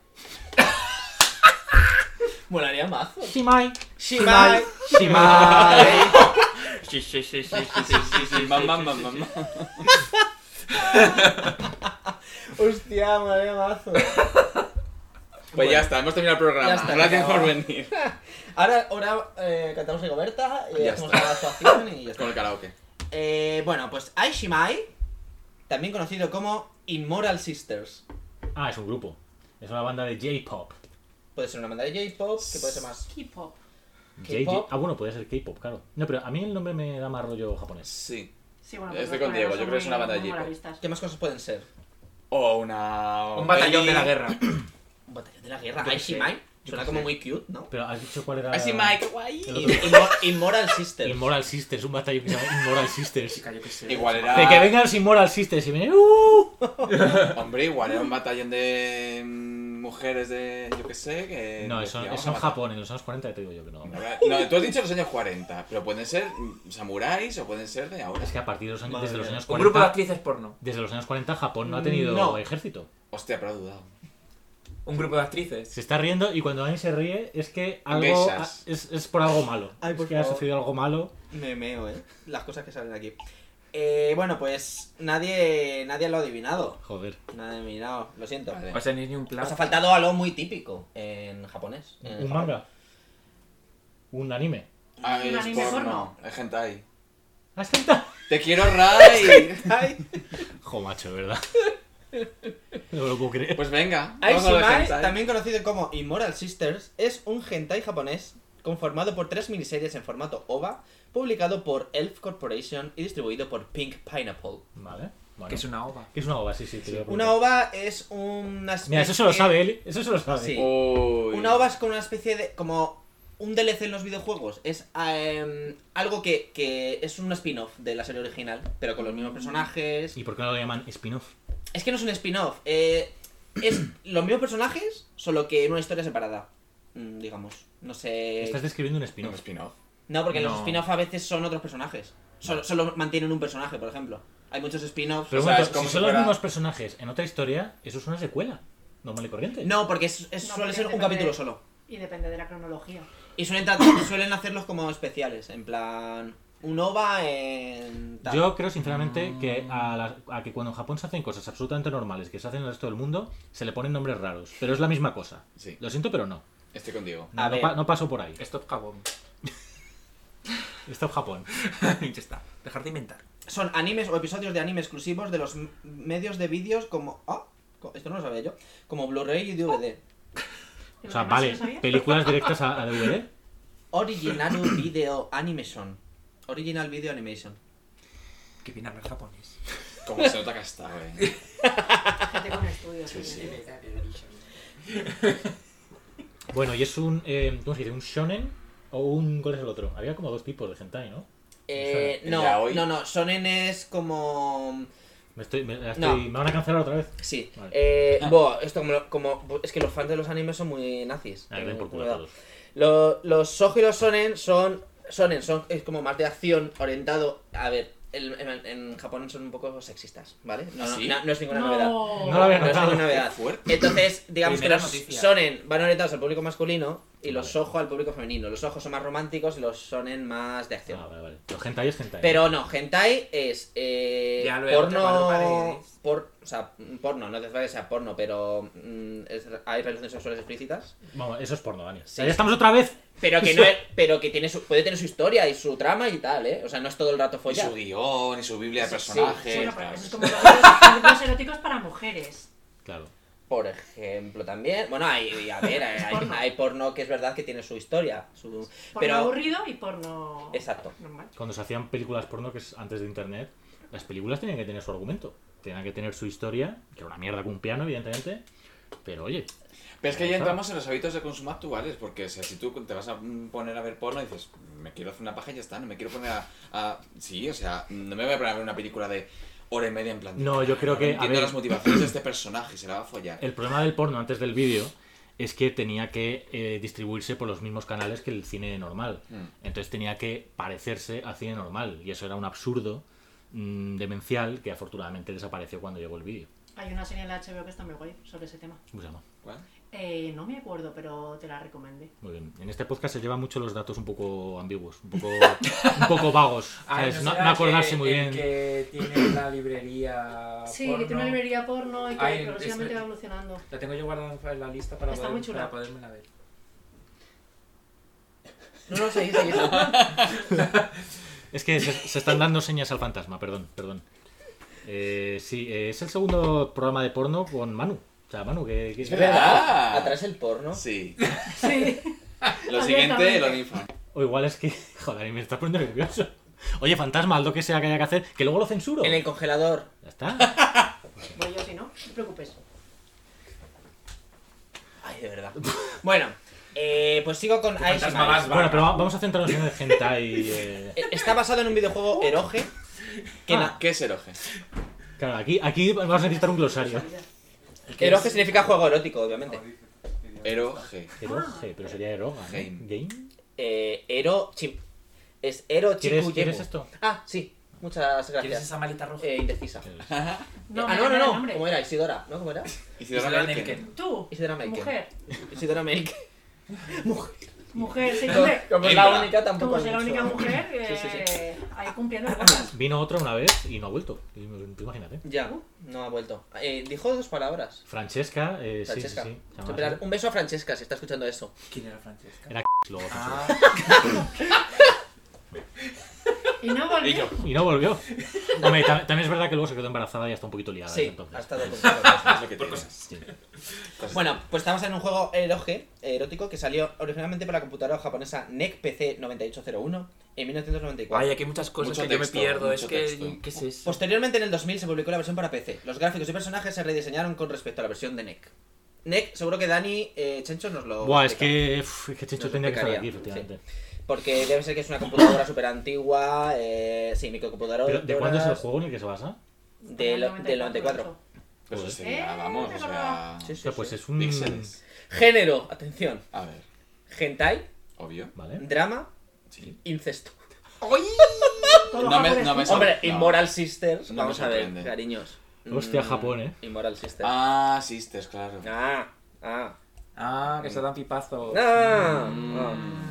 Molaría mazo.
Shimai.
Shimai.
Shimai.
Sí, sí, sí, sí, sí, sí, sí, sí,
Mamá,
sí,
mamá,
sí,
mamá.
Hostia, molaría mazo.
Pues ya está, hemos terminado el programa.
Ya está,
Gracias
acabado.
por venir.
Ahora, ahora eh, cantamos Rigoberta y
Ya
hacemos
está.
la actuación y ya está.
Con el karaoke.
Eh, bueno, pues Aishimai, también conocido como Immoral Sisters.
Ah, es un grupo. Es una banda de J-pop.
Puede ser una banda de J-pop, que puede ser más.
K-pop.
J- J-
K-pop.
Ah, bueno, puede ser K-pop, claro. No, pero a mí el nombre me da más rollo japonés.
Sí.
Sí, bueno.
Estoy
pues
con
los
Diego, yo
son
creo que es
muy-
una banda de
muy
J-pop.
moralistas.
¿Qué más cosas pueden ser?
O una.
Un batallón de la
peli.
guerra.
Un batallón de la guerra.
Yo qué
Aishimai.
sé, yo
Suena
qué
como
sé.
muy cute, ¿no?
Pero has dicho cuál era.
Aishimai, kawaii.
el otro.
Immo- Immoral Sisters.
Immoral Sisters, un batallón que se llama Immoral Sisters.
Chica, yo qué sé.
Igual era.
De que vengan los Immoral Sisters y vienen. ¡Uh!
Hombre, igual era un batallón de. mm, mujeres de. yo qué sé. Que
No,
decía,
eso,
vamos
eso
a
en
matar.
Japón, en los años 40 te digo yo que no.
No, tú has dicho los años 40, pero pueden ser mm, samuráis o pueden ser de ahora.
Es que a partir de los años,
Madre
desde los
mía.
años
Un grupo de
40.
actrices porno.
Desde los años 40 Japón no ha tenido
No.
ejército.
Hostia, pero he dudado.
Un grupo de actrices.
Se está riendo y cuando Dani se ríe es que algo
Geishas.
es, es por algo malo.
Ay, por
es que ha
favor.
sucedido algo malo.
Me meo, ¿eh? Las cosas que salen aquí. Eh, bueno, pues nadie, nadie lo ha adivinado.
Joder.
Nadie ha adivinado, lo siento.
Vale.
O sea, ni, ni un
Os
plato.
ha faltado algo muy típico en japonés.
Eh.
En
Un
Japón.
manga. Un anime.
Mm,
Ah,
¿Un
es
anime porno?
porno. Es hentai.
Ah, está- está.
¡Te quiero, Rai!
Ay,
Jo, macho, de verdad. No me lo puedo creer.
Pues venga. vamos a lo de
Aishimai,
hentai.
también conocido como Immoral Sisters, es un hentai japonés conformado por tres miniseries en formato OVA, publicado por Elf Corporation y distribuido por Pink Pineapple.
Vale. Bueno.
Que es una ova.
Que es una ova, sí, sí. te iba a
Una
preguntar.
OVA es una especie...
Mira, eso se lo sabe él. Eso se lo sabe.
Sí.
Uy.
Una OVA es como una especie de... como un DLC en los videojuegos. Es em, algo que, que es un spin-off de la serie original, pero con los mismos personajes.
¿Y por qué no lo llaman spin-off?
Es que no es un spin-off. eh, es los mismos personajes, solo que en una historia separada. Mm, Digamos. No sé...
Estás describiendo un
No, Eh, un
spin-off.
spin-off.
No, porque los
No.
spin-off a veces son otros personajes. Solo, solo mantienen un personaje, por ejemplo. Hay muchos spin-offs.
Pero
O sea,
bueno,
es como
si
si
son
fuera-
los mismos personajes en otra historia, eso es una secuela. Normal y corriente.
No, porque es, es-
No,
suele
porque
ser un
depende-
capítulo solo.
Y depende de la cronología.
Y suelen, tratar- suelen hacerlos como especiales, en plan. Un OVA en. tal.
Yo creo sinceramente
Mm.
que a, las- a que cuando en Japón se hacen cosas absolutamente normales que se hacen en el resto del mundo, se le ponen nombres raros. Pero es la misma cosa.
Sí.
Lo siento, pero no.
Estoy contigo.
No,
A
no
ver.
pa- no paso por ahí.
Stop Kabom.
Esto es Japón.
ya está. Dejar de inventar.
Son animes o episodios de anime exclusivos de los m- medios de vídeos como. Ah, co- esto no lo sabía yo. Como Blu-ray y DVD.
O sea,
¿Lo demás sí
vale,
lo sabía?
películas directas a, a DVD.
Original Video Animation. Original Video Animation.
Que viene a hablar japonés.
Como se nota que ha estado, eh.
Gente con estudios.
Sí, sí.
Bueno, y es un. eh, ¿Cómo se dice? ¿Un shonen? ¿O un. ¿Cuál es el otro? Había como dos tipos de hentai, ¿no?
Eh,
El
no,
yaoi.
no, no. Sonen es como.
Me, estoy, me, la estoy-
No.
me van a cancelar otra vez.
Sí.
Vale.
Eh, buah, esto como, lo- como- Es que los fans de los animes son muy nazis. Eh,
Ah, ven por culo a
Como-
todos.
Lo- los Soji y los Sonen son. Sonen son es como más de acción orientado. A ver, el- en, en Japón son un poco sexistas, ¿vale? No,
¿Ah,
no,
sí?
no, no es ninguna novedad.
No.
No lo había
No es
notado.
ninguna novedad.
fuerte.
Entonces, digamos que
Primera
los
noticia.
Sonen van orientados al público masculino y los
Vale.
Sojo al público femenino. Los Ojos son más románticos y los Sonen más de acción.
Ah, vale, vale. Pero hentai es hentai.
Pero no, hentai es eh,
Ya luego te
porno,
paredes.
por, o sea, porno, no te parece que sea porno, pero mm, es- hay relaciones sexuales explícitas.
Vamos, eso es porno, Dani.
Sí.
Ahí estamos otra vez.
Pero que no es- pero que tiene su- puede tener su historia y su trama y tal, ¿eh? O sea, no es todo el rato
Y su
follar.
guión, y su biblia de
Sí, sí.
personajes.
Bueno, pero
claro.
eso es como los libros eróticos para mujeres.
Claro.
Por ejemplo, también, bueno, hay, a ver, hay, hay- hay porno que es verdad que tiene su historia, su,
Porno
pero
aburrido y porno
exacto.
normal.
Cuando se hacían películas porno, que es antes de internet, las películas tenían que tener su argumento. Tenían que tener su historia, que era una mierda con un piano, evidentemente. Pero oye,
Pero es que ya entramos en los hábitos de consumo actuales, porque o sea, si tú te vas a mm, poner a ver porno y dices, me quiero hacer una paja y ya está, no me quiero poner a, a- Sí, o sea, no me voy a poner a ver una película de hora y media en plan... de,
No, yo creo que, a
Entiendo
ver- Eh,
las motivaciones de este personaje, se la va a follar.
el problema del porno antes del vídeo es que tenía que eh, distribuirse por los mismos canales que el cine normal.
Mm.
Entonces tenía que parecerse al cine normal. Y eso era un absurdo mm, demencial que afortunadamente desapareció cuando llegó el vídeo.
Hay una serie en la HBO que está muy guay sobre ese tema.
¿Cómo se llama?
¿Cuál?
Eh, no me acuerdo, pero te la recomendé.
Muy bien. En este podcast se llevan mucho los datos un poco ambiguos, un poco, un poco vagos.
Ay,
¿sabes? No,
será
no acordarse
que-
muy
el
bien.
que tiene la librería.
Sí, que
porno.
tiene una librería porno y que
Ay,
progresivamente
es-
va evolucionando.
La tengo yo guardada en la lista para,
Está
poder,
muy chula.
para poderme la ver.
No, no, seguí, seguí.
Es que se, se están dando señas al fantasma, perdón, perdón. Eh, sí, eh, es el segundo programa de porno con Manu. O sea, Manu, que... que-
Es
Es verdad.
verdad, Ah. Atrás el porno.
Sí.
Sí.
Lo siguiente, el OnlyFans.
O igual es que... Joder, me está poniendo nervioso. Oye, fantasma, haz lo que sea que haya que hacer, que luego lo censuro.
En el congelador.
Ya está.
Voy yo, si no, no te preocupes.
Ay, de verdad. bueno, eh, pues sigo con Ice
fantasma
Miles.
más
Bueno, pero va- vamos a centrarnos en el hentai. eh.
Eh, Está basado en un videojuego eroge. Que
Ah.
na-
¿Qué es eroge?
Claro, aquí, aquí vamos a necesitar un glosario.
Eroge significa juego erótico, obviamente.
Eroge.
Eroge, pero sería eroga, ¿no?
Game.
¿Game?
Eh, ero. chi- Es ero
¿Quieres,
chiku
quieres
yemu.
esto?
Ah, sí. Muchas
¿Quieres
gracias.
esa maleta roja?
Eh, indecisa.
No,
ah,
me
no,
cambia el
no, no.
nombre.
¿Cómo era? Isidora, ¿no? ¿Cómo era?
Y si
Y se
da
la
la
Nelken.
Nelken.
Tú,
Isidora Maker.
mujer,
Isidora Melk.
mujer, sí,
No,
hombre.
como es
Hembra.
la única tampoco.
Como
has
soy la
dicho.
única mujer, eh,
Sí, sí,
ahí cumpliendo cosas.
Vino otro una vez y no ha vuelto. Tú Imagínate.
Ya, no ha vuelto. Eh, dijo dos palabras.
Francesca, eh, sí, sí,
Francesca.
sí. Se llama
Espera,
así.
Un beso a Francesca si está escuchando eso.
¿Quién era Francesca?
Era luego censura.
Ah,
Y no volví.
Y yo,
Y no volvió. Hombre, tam- también es verdad que luego se quedó embarazada y está un poquito liada.
Sí,
desde entonces.
ha estado con
Ah, es lo que tiene.
Sí.
Cosas.
Bueno, pues estamos en un juego eroge, erótico que salió originalmente para la computadora japonesa E NEC PC 9801 en 1994.
Vaya, que hay muchas cosas
Mucho
que yo
texto,
me pierdo. Es
mucho
que.
texto.
¿Qué es eso?
Posteriormente en el 2000 se publicó la versión para PC. Los gráficos y personajes se rediseñaron con respecto a la versión de E NEC. NEC, seguro que Dani eh, Chencho nos lo.
Buah, es
explica,
que, uf, es que Checho
Nos
tendría que estar aquí,
explicaría,
efectivamente.
Porque debe ser que es una computadora súper antigua. Eh, sí, microcomputadora.
Pero, ¿De cuándo es el juego en el que se basa?
Pues
de lo- del 94.
Pues
Joder.
eso sería,
Eh,
vamos, o
pero-
sea...
Sí,
O
sí,
sea, pues
sí.
es un.
Píxeles.
Género, atención.
A ver,
Hentai,
obvio.
Vale.
drama,
Sí.
incesto.
No me, no me sor-
Hombre,
no.
Immoral Sisters.
No me
Vamos a ver,
sorprende.
cariños.
Hostia,
Mm,
Japón, ¿eh?
Immoral Sisters.
Ah, sisters, claro.
Ah, ah.
Ah, que se dan pipazo.
Ah,
Mm.
ah.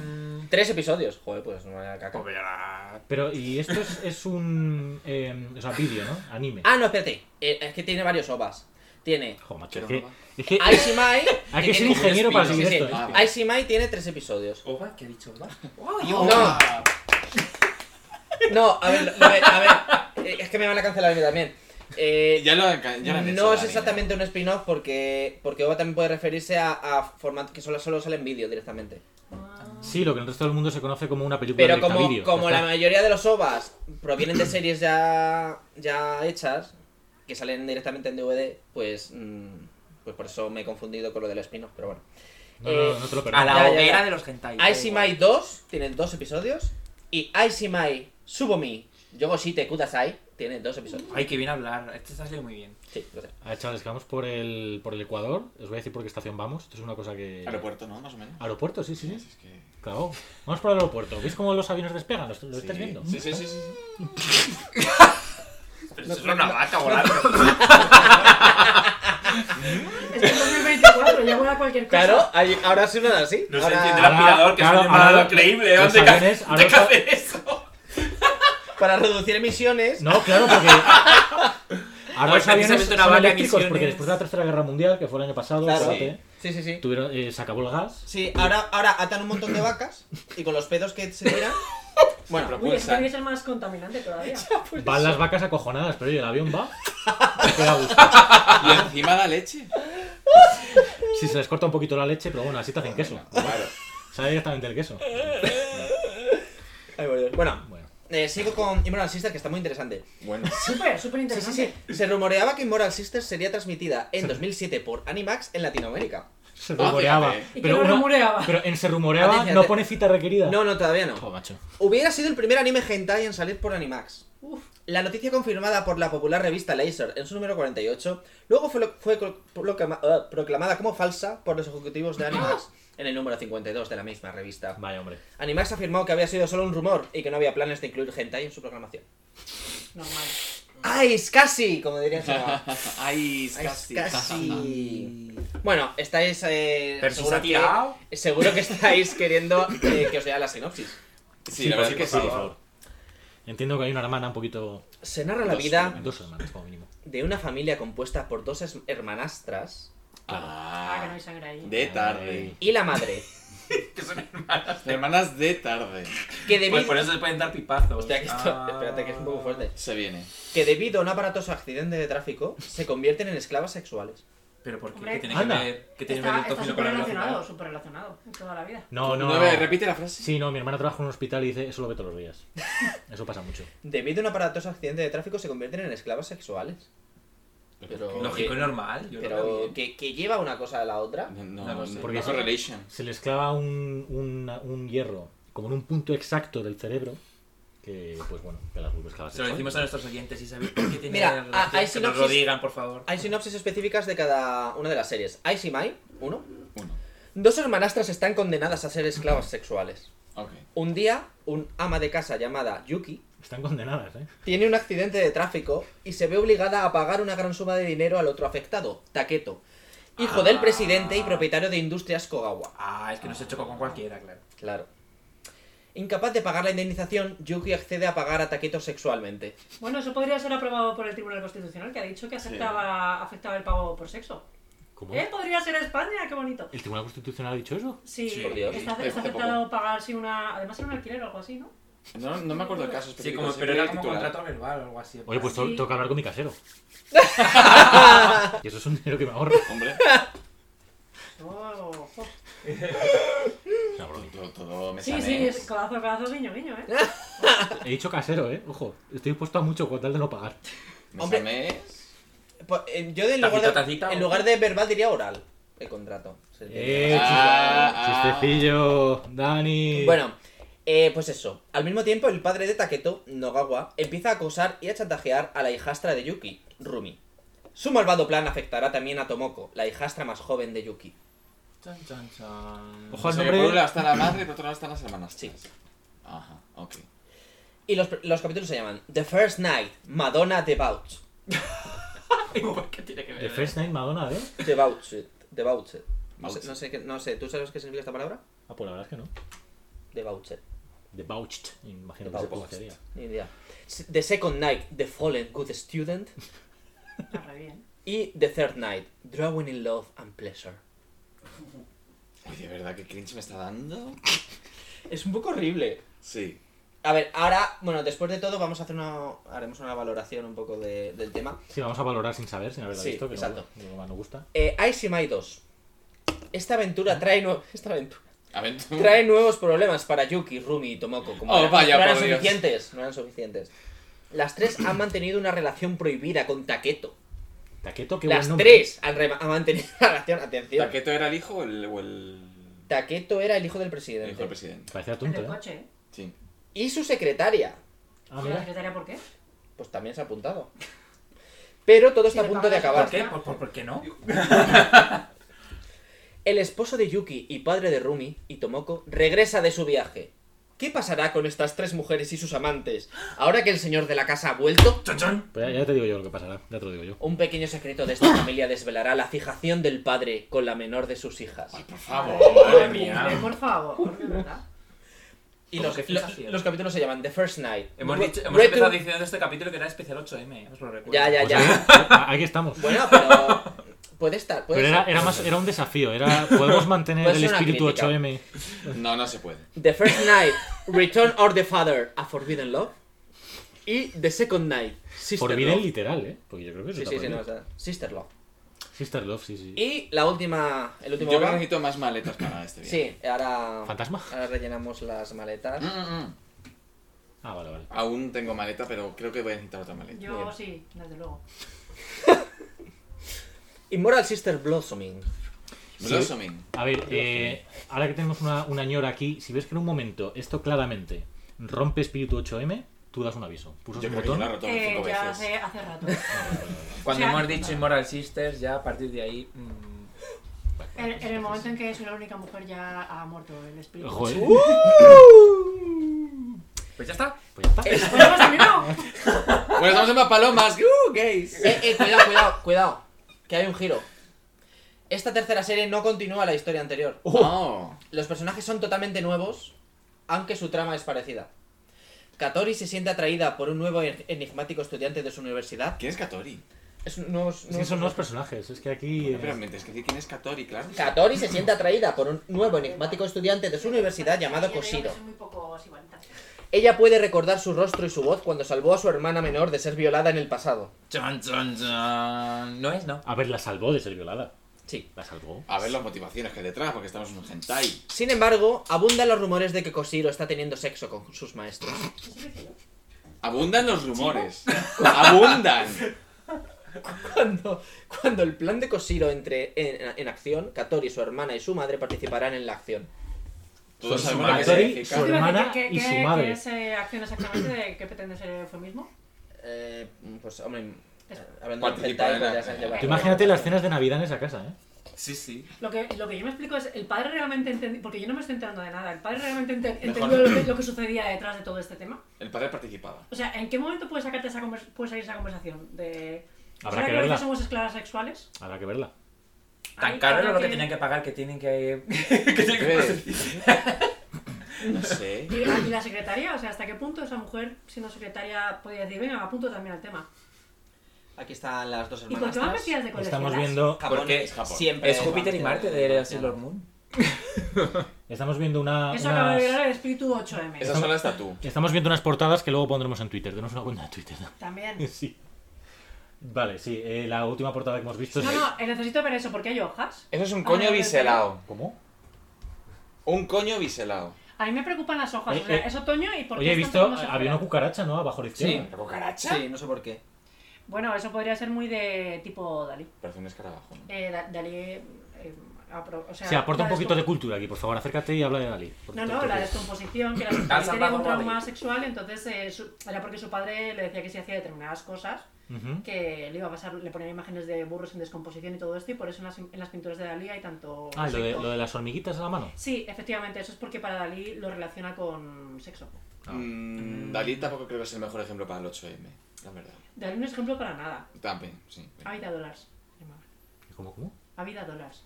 Tres episodios. Joder, pues no era caca.
Pues ya-
Pero, y esto es, es un. eh, o sea, vídeo, ¿no? Anime.
Ah, no, espérate. Eh, es que tiene varios ovas. Tiene
Joder, macho,
Pero
es que.
no va.
es que-
Aishimai.
hay que
tiene
ser
como-
ingeniero para seguir
Eh, Sí, sí.
esto. ¿eh?
Ah, vale.
Aishimai tiene tres episodios.
¿Oba? ¿Qué ha dicho Oba?
No, no, a ver, a ver, a ver. Eh, Es que me van a cancelar a mí también. Eh,
Ya lo han, ca- ya lo han hecho,
no es
Dani,
exactamente un spin-off porque, porque OVA también puede referirse a, a formatos que solo, solo salen vídeo directamente.
Sí, lo que en el resto del mundo se conoce como una película
Pero
directa
como,
vídeo,
como
ya
la
está.
mayoría de los OVAs provienen de series ya, ya hechas, que salen directamente en DVD, pues, mm, pues por eso me he confundido con lo del spin-off, pero bueno.
No, no, no,
eh,
te lo
A
perdono.
la
Ya, ya,
hoguera
ya.
de los hentai.
Icy Mai 2 tiene dos episodios y Icy Mai Subomi Yogoshite Kudasai tiene dos episodios.
Ay, que viene a hablar. Este se ha salido muy bien.
Sí, lo sé.
Ah, chavales, que vamos por el, por el Ecuador. Os voy a decir por qué estación vamos. Esto es una cosa que.
Aeropuerto, ¿no? Más o menos.
Aeropuerto, sí, Eh, sí, sí.
Es que-
Claro. Vamos por el aeropuerto. ¿Veis cómo los aviones despegan? ¿Lo, lo
Sí.
estáis viendo?
Sí, sí, sí, sí. sí.
Pero eso es una vaca volando.
Es que en 2024 ya vuela cualquier cosa.
Claro, hay- ahora sí nada así.
No se
Ahora-
entiende
Ahora-
el aspirador, que
claro,
es un aspirador
ahora-
increíble. ¿eh?
los
Pues,
¿Dónde ca-
aviones,
dónde
ahora-
cabe eso?
Para reducir emisiones.
No, claro, porque. Ahora
Pues
los aviones
precisamente una
son
vaca
eléctricos
emisiones.
porque después de la Tercera Guerra Mundial, que fue el año pasado,
Claro.
acuérdate,
Sí, sí, sí.
tuvieron, eh, se acabó el gas.
Sí, ahora, ahora atan un montón de vacas y con los pedos que se tiran.
Bueno,
Uy, este eso
propulsan.
debería ser más contaminante todavía.
Pues
Van las vacas acojonadas, pero oye, el avión va. Queda a gusto.
Y encima da leche.
Si se les corta un poquito la leche, pero bueno, así te hacen queso.
Claro.
Sale directamente el queso.
Ay, por Dios. Bueno,
Bueno.
eh, sigo con Immoral Sisters, que está muy interesante.
Bueno.
Súper, súper interesante.
Se rumoreaba que Immoral Sisters sería transmitida en 2007 por Animax en Latinoamérica.
Se
Ah,
rumoreaba.
fíjate.
¿Y
Pero,
que no
uno-
rumoreaba?
pero en se rumoreaba
Atención,
no
te-
pone cita requerida.
No, no, todavía
Joder,
no.
macho.
Hubiera sido el primer anime hentai en salir por Animax.
Uf,
La noticia confirmada por la popular revista Laser en su número 48, luego fue, lo- fue col- proclama- uh, proclamada como falsa por los ejecutivos de Animax en el número 52 de la misma revista.
Vaya, hombre.
Animax afirmó que había sido solo un rumor y que no había planes de incluir hentai en su programación.
normal.
¡Ay, es casi! Como dirían Chema.
Ay,
¡Ay, es casi! Bueno, estáis... eh,
Pero si se
seguro,
ha tirado.
que, seguro que estáis queriendo eh, que os lea la sinopsis.
Sí, la verdad es que sí.
por favor. Entiendo que hay una hermana un poquito.
Se narra la
Dos
vida
hermanas.
Dos hermanas, como mínimo.
de una familia compuesta por dos es- hermanastras
Ah, que no
Ah,
hay sangre ahí.
de tarde.
Ay.
y la madre,
Hermanas de tarde.
que debido...
Pues por eso se pueden dar pipazos.
Hostia, que esto-
Ah.
Espérate, que es un poco fuerte.
Se viene.
Que debido a un aparatoso accidente de tráfico, se convierten en esclavas sexuales.
Pero ¿por qué?
Hombre.
¿Qué tiene que
Anda.
ver? ¿Qué tiene que ver
Está
el
está
tocino
súper
con la
relacionado,
velocidad?
súper relacionado. en Toda la vida.
No, no.
No, ve, repite la frase.
Sí, no, mi hermana trabaja en un hospital y dice, eso lo ve todos los días. Eso pasa mucho.
Debido a un aparatoso accidente de tráfico, se convierten en esclavas sexuales. Pero,
Lógico y
que,
normal. Yo lo veo
pero
bien.
que, que lleva una cosa a la otra.
No, no,
No lo sé.
Porque
Porque
es
sí.
correlation.
Se les clava un, un, un hierro como en un punto exacto del cerebro que, pues bueno, que las vuelves cada
Se lo decimos a nuestros oyentes y sabéis por qué tiene
Mira,
relación,
ah, hay
que nos lo
sinopsis-
digan, por favor.
Hay sinopsis específicas de cada una de las series. Icy Mai, uno.
Uno.
Dos hermanastras están condenadas a ser esclavas sexuales.
Ok.
Un día, un ama de casa llamada Yuki
Están condenadas, ¿eh?
tiene un accidente de tráfico y se ve obligada a pagar una gran suma de dinero al otro afectado, Taketo, hijo
Ah.
del presidente y propietario de Industrias Kogawa.
Ah, es que no se chocó con cualquiera, claro.
Claro. Incapaz de pagar la indemnización, Yuki accede a pagar a Taketo sexualmente.
Bueno, eso podría ser aprobado por el Tribunal Constitucional, que ha dicho que aceptaba, afectaba el pago por sexo.
¿Cómo?
¿Eh? Podría ser España, qué bonito.
¿El Tribunal Constitucional ha dicho eso?
Sí,
Sí,
por Dios.
está,
Sí,
está
hace poco.
aceptado pagar si una. Además, era un alquiler o algo así, ¿no?
No, no me acuerdo el caso
Sí,
específico.
como, pero
siempre
era
el
como
titular.
contrato verbal o algo así.
Oye, pues
Sí.
tengo que hablar con mi casero. y eso es un dinero que me ahorro.
Hombre,
Oh, ojo.
Es una broma.
todo, todo me
Sí, sí, es codazo, codazo, guiño, guiño, ¿eh?
He dicho casero, ¿eh? Ojo, estoy dispuesto a mucho con tal de no pagar.
Hombre. Po- eh, Yo en lugar, de,
Tacita, tacita,
en
o-
lugar de verbal diría oral el contrato. Se diría.
¡Eh,
Ah, ah.
chistecillo! ¡Dani!
Bueno, eh, pues eso. Al mismo tiempo, el padre de Taketo, Nogawa, empieza a acosar y a chantajear a la hijastra de Yuki, Rumi. Su malvado plan afectará también a Tomoko, la hijastra más joven de Yuki.
Chan, chan, chan.
Ojo.
O sea, que
Hombre.
por un lado está la madre y por otro lado están las hermanas.
Sí.
Ajá, ok.
Y los, los capítulos se llaman The First Night, Madonna Debauch.
¿Qué tiene que ver?
The First Night Madonna, ¿eh?
Debauched. Debauched. No sé,
Voucher.
no, sé, qué- no sé, ¿tú sabes qué significa esta palabra?
Ah, pues la verdad es que no.
De voucher.
The Vouched, imagino
The
que se
Vouched.
pronunciaría.
Ni idea. The Second Night, The Fallen, Good Student.
Está re bien.
Y The Third Night, Drawing in Love and Pleasure.
Uy, de verdad, qué cringe me está dando.
Es un poco horrible.
Sí.
A ver, ahora, bueno, después de todo vamos a hacer una, haremos una valoración un poco de- del tema.
Sí, vamos a valorar sin saber, sin haberla
Sí,
visto, que no-
exacto.
no, no gusta.
Eh, Ice y Mai 2. Esta
¿Eh?
aventura trae, nue- esta aventura
Aventura.
trae nuevos problemas para Yuki, Rumi y Tomoko. Como
Oh,
eran-
vaya,
no eran
por Dios.
suficientes, no eran suficientes. Las tres han mantenido una relación prohibida con Taketo.
Taqueto, qué
Las
buen nombre.
tres han, rema- han mantenido una relación. Atención.
¿Taqueto era el hijo o el, o el-
Taketo era el hijo del
el
presidente.
hijo del presidente?
Parecía
El
tonto,
del
¿eh?
coche, ¿eh?
Sí.
Y su secretaria.
Ah,
¿Y la
mira.
secretaria por qué?
Pues también se ha apuntado. Pero todo está a
le
punto de
pagas,
acabar.
¿Por qué? ¿Por, por, por qué no?
El esposo de Yuki y padre de Rumi, Itomoko, regresa de su viaje. ¿Qué pasará con estas tres mujeres y sus amantes? Ahora que el señor de la casa ha vuelto,
¡Chonchón!
Pues ya, ya te digo yo lo que pasará, ya te lo digo yo.
un pequeño secreto de esta familia desvelará la fijación del padre con la menor de sus hijas.
Por favor.
madre
Hombre,
mía.
Por favor, de verdad.
Y
¿Cómo
los,
que
lo-
fijación?
los capítulos se llaman The First Night.
Hemos,
Re-
dicho, hemos
Retu-
empezado diciendo este capítulo que era especial 8M, os lo recuerdo.
Ya, ya,
Pues
ya.
Aquí, aquí estamos.
Bueno, pero... Puede estar, puede
Pero era,
ser.
era, más, era un desafío, era podemos mantener
Puede
el
ser una
espíritu
crítica.
8M.
No, no se puede.
The First Night, Return of the Father, A Forbidden Love. Y The Second Night, Sister
Forbidden
Love.
literal, ¿eh? Porque yo creo que eso
Sí,
está
sí, sí, no,
prohibido.
o sea, Sister Love.
Sister Love, sí, sí.
Y la última, el
Yo
último
creo que
lugar.
necesito más maletas para este viaje.
Sí, ahora.
¿Fantasma?
Ahora rellenamos las maletas.
Mm, mm, mm.
Ah, vale, vale.
Aún tengo maleta, pero creo que voy a necesitar otra maleta.
Yo
Bien.
sí, desde luego.
Immoral Sister Blossoming.
Sí.
Blossoming.
A ver, eh, ahora que tenemos una, una ñora aquí, si ves que en un momento esto claramente rompe espíritu 8M, tú das un aviso. Pulsas
Yo
un
creo que yo
botón.
la he roto como
Eh,
cinco
ya
veces.
hace, hace rato.
Cuando
O sea,
hemos dicho Immoral Sisters, ya a partir de ahí. mm,
En, en el momento en que soy la única mujer ya ha muerto el espíritu.
Joder,
Pues ya está.
pues ya está.
Pues hemos terminado.
Bueno, estamos en más palomas. ¡Uh, gays!
Eh, eh, cuidado, cuidado, cuidado. Que hay un giro. Esta tercera serie no continúa la historia anterior.
Oh.
Los personajes son totalmente nuevos, aunque su trama es parecida. Katori se siente atraída por un nuevo en- enigmático estudiante de su universidad.
¿Quién es Katori?
Es un nuevo.
Es que son nuevos personajes, es que aquí.
Pero
eh,
me tienes que decir quién es Katori, claro.
Katori se siente atraída por un nuevo enigmático estudiante de su universidad llamado
Yo creo que
Koshiro.
son muy pocos igualitas.
Ella puede recordar su rostro y su voz cuando salvó a su hermana menor de ser violada en el pasado.
Chon, chon, chon. No es, no.
A ver, la salvó de ser violada.
Sí.
La salvó.
A ver las motivaciones que hay detrás, porque estamos en un hentai.
Sin embargo, abundan los rumores de que Koshiro está teniendo sexo con sus maestros.
Abundan los rumores. Abundan.
Cuando, cuando el plan de Koshiro entre en, en acción, Katori, su hermana y su madre participarán en la acción.
Todos
Su
sabemos lo que
madre,
significa.
su
Te iba a decir
hermana
que-
y
que-
su
que
madre.
es eh, acción exactamente de qué pretende ser eufemismo?
Eh, pues, hombre, eh, hablando de
Participarán
hentai, pues ya
en-
se lleva-
Tú imagínate las cenas de Navidad en esa casa, ¿eh?
Sí, sí.
Lo que, lo que yo me explico es, el padre realmente entendió, porque yo no me estoy enterando de nada, el padre realmente ente- entendió lo que, lo que sucedía detrás de todo este tema.
El padre participaba.
O sea, ¿en qué momento puedes, sacarte esa convers- puedes salir esa conversación? De...
Habrá
¿Será
que
que ahorita
verla.
somos esclavas sexuales?
Habrá que verla.
Tan
Ahí
caro
habrá
era lo que
que-
tenían que pagar que tienen que. que tienen que
¿Qué?
conseguir.
No sé.
¿Y, y la secretaria? O sea, ¿hasta qué punto esa mujer, siendo secretaria, podía decir, venga, me apunto también al tema?
Aquí están las dos
¿Y por
hermanas.
qué más vestidas de colegialas?
Estamos viendo,
Japón
Porque
es
Japón.
siempre
Es Júpiter y Marte de Sailor Moon.
estamos viendo una,
Eso acaba de
unas,
llegar el espíritu 8M.
Esa sola está tú.
estamos viendo unas portadas que luego pondremos en Twitter. Tenemos una cuenta de Twitter. ¿no?
También.
Sí. Vale, sí. eh, la última portada que hemos visto
No,
es.
no, eh, necesito ver eso, porque hay hojas.
Eso es un
coño
coño
biselao.
biselao.
¿Cómo?
Un coño biselao.
A mí me preocupan las hojas.
Eh,
o sea,
eh.
es otoño y por qué
Oye, he
están
visto,
tomándose
había una
fuera?
cucaracha, ¿no? Abajo a la
Sí.
izquierda.
¿La cucaracha?
Sí, no sé por qué.
Bueno, eso podría ser muy de tipo Dalí.
Parece un escarabajo. ¿no?
Eh, Da- Dalí. eh, apro- o sea,
Se aporta un
la
poquito de
descom-
cultura aquí, por favor, acércate y habla de Dalí.
No, no, la descomposición, que la Dalí
Has
tenía
salvado
un
a Dalí.
trauma sexual, entonces eh, su- era porque su padre le decía que si hacía determinadas cosas,
Ujú.
que le iba a pasar, le ponían imágenes de burros en descomposición y todo esto, y por eso en las, en las pinturas de Dalí hay tanto.
Ah, lo de,
sexo.
lo de las hormiguitas a la mano.
Sí, efectivamente, eso es porque para Dalí lo relaciona con sexo.
Ah.
Mm, Dalí tampoco creo que es el mejor ejemplo para el 8M. La verdad.
Dalí no es ejemplo para nada.
También, sí.
Avida Dollars. llamaba.
¿Cómo, cómo?
Avida Dollars.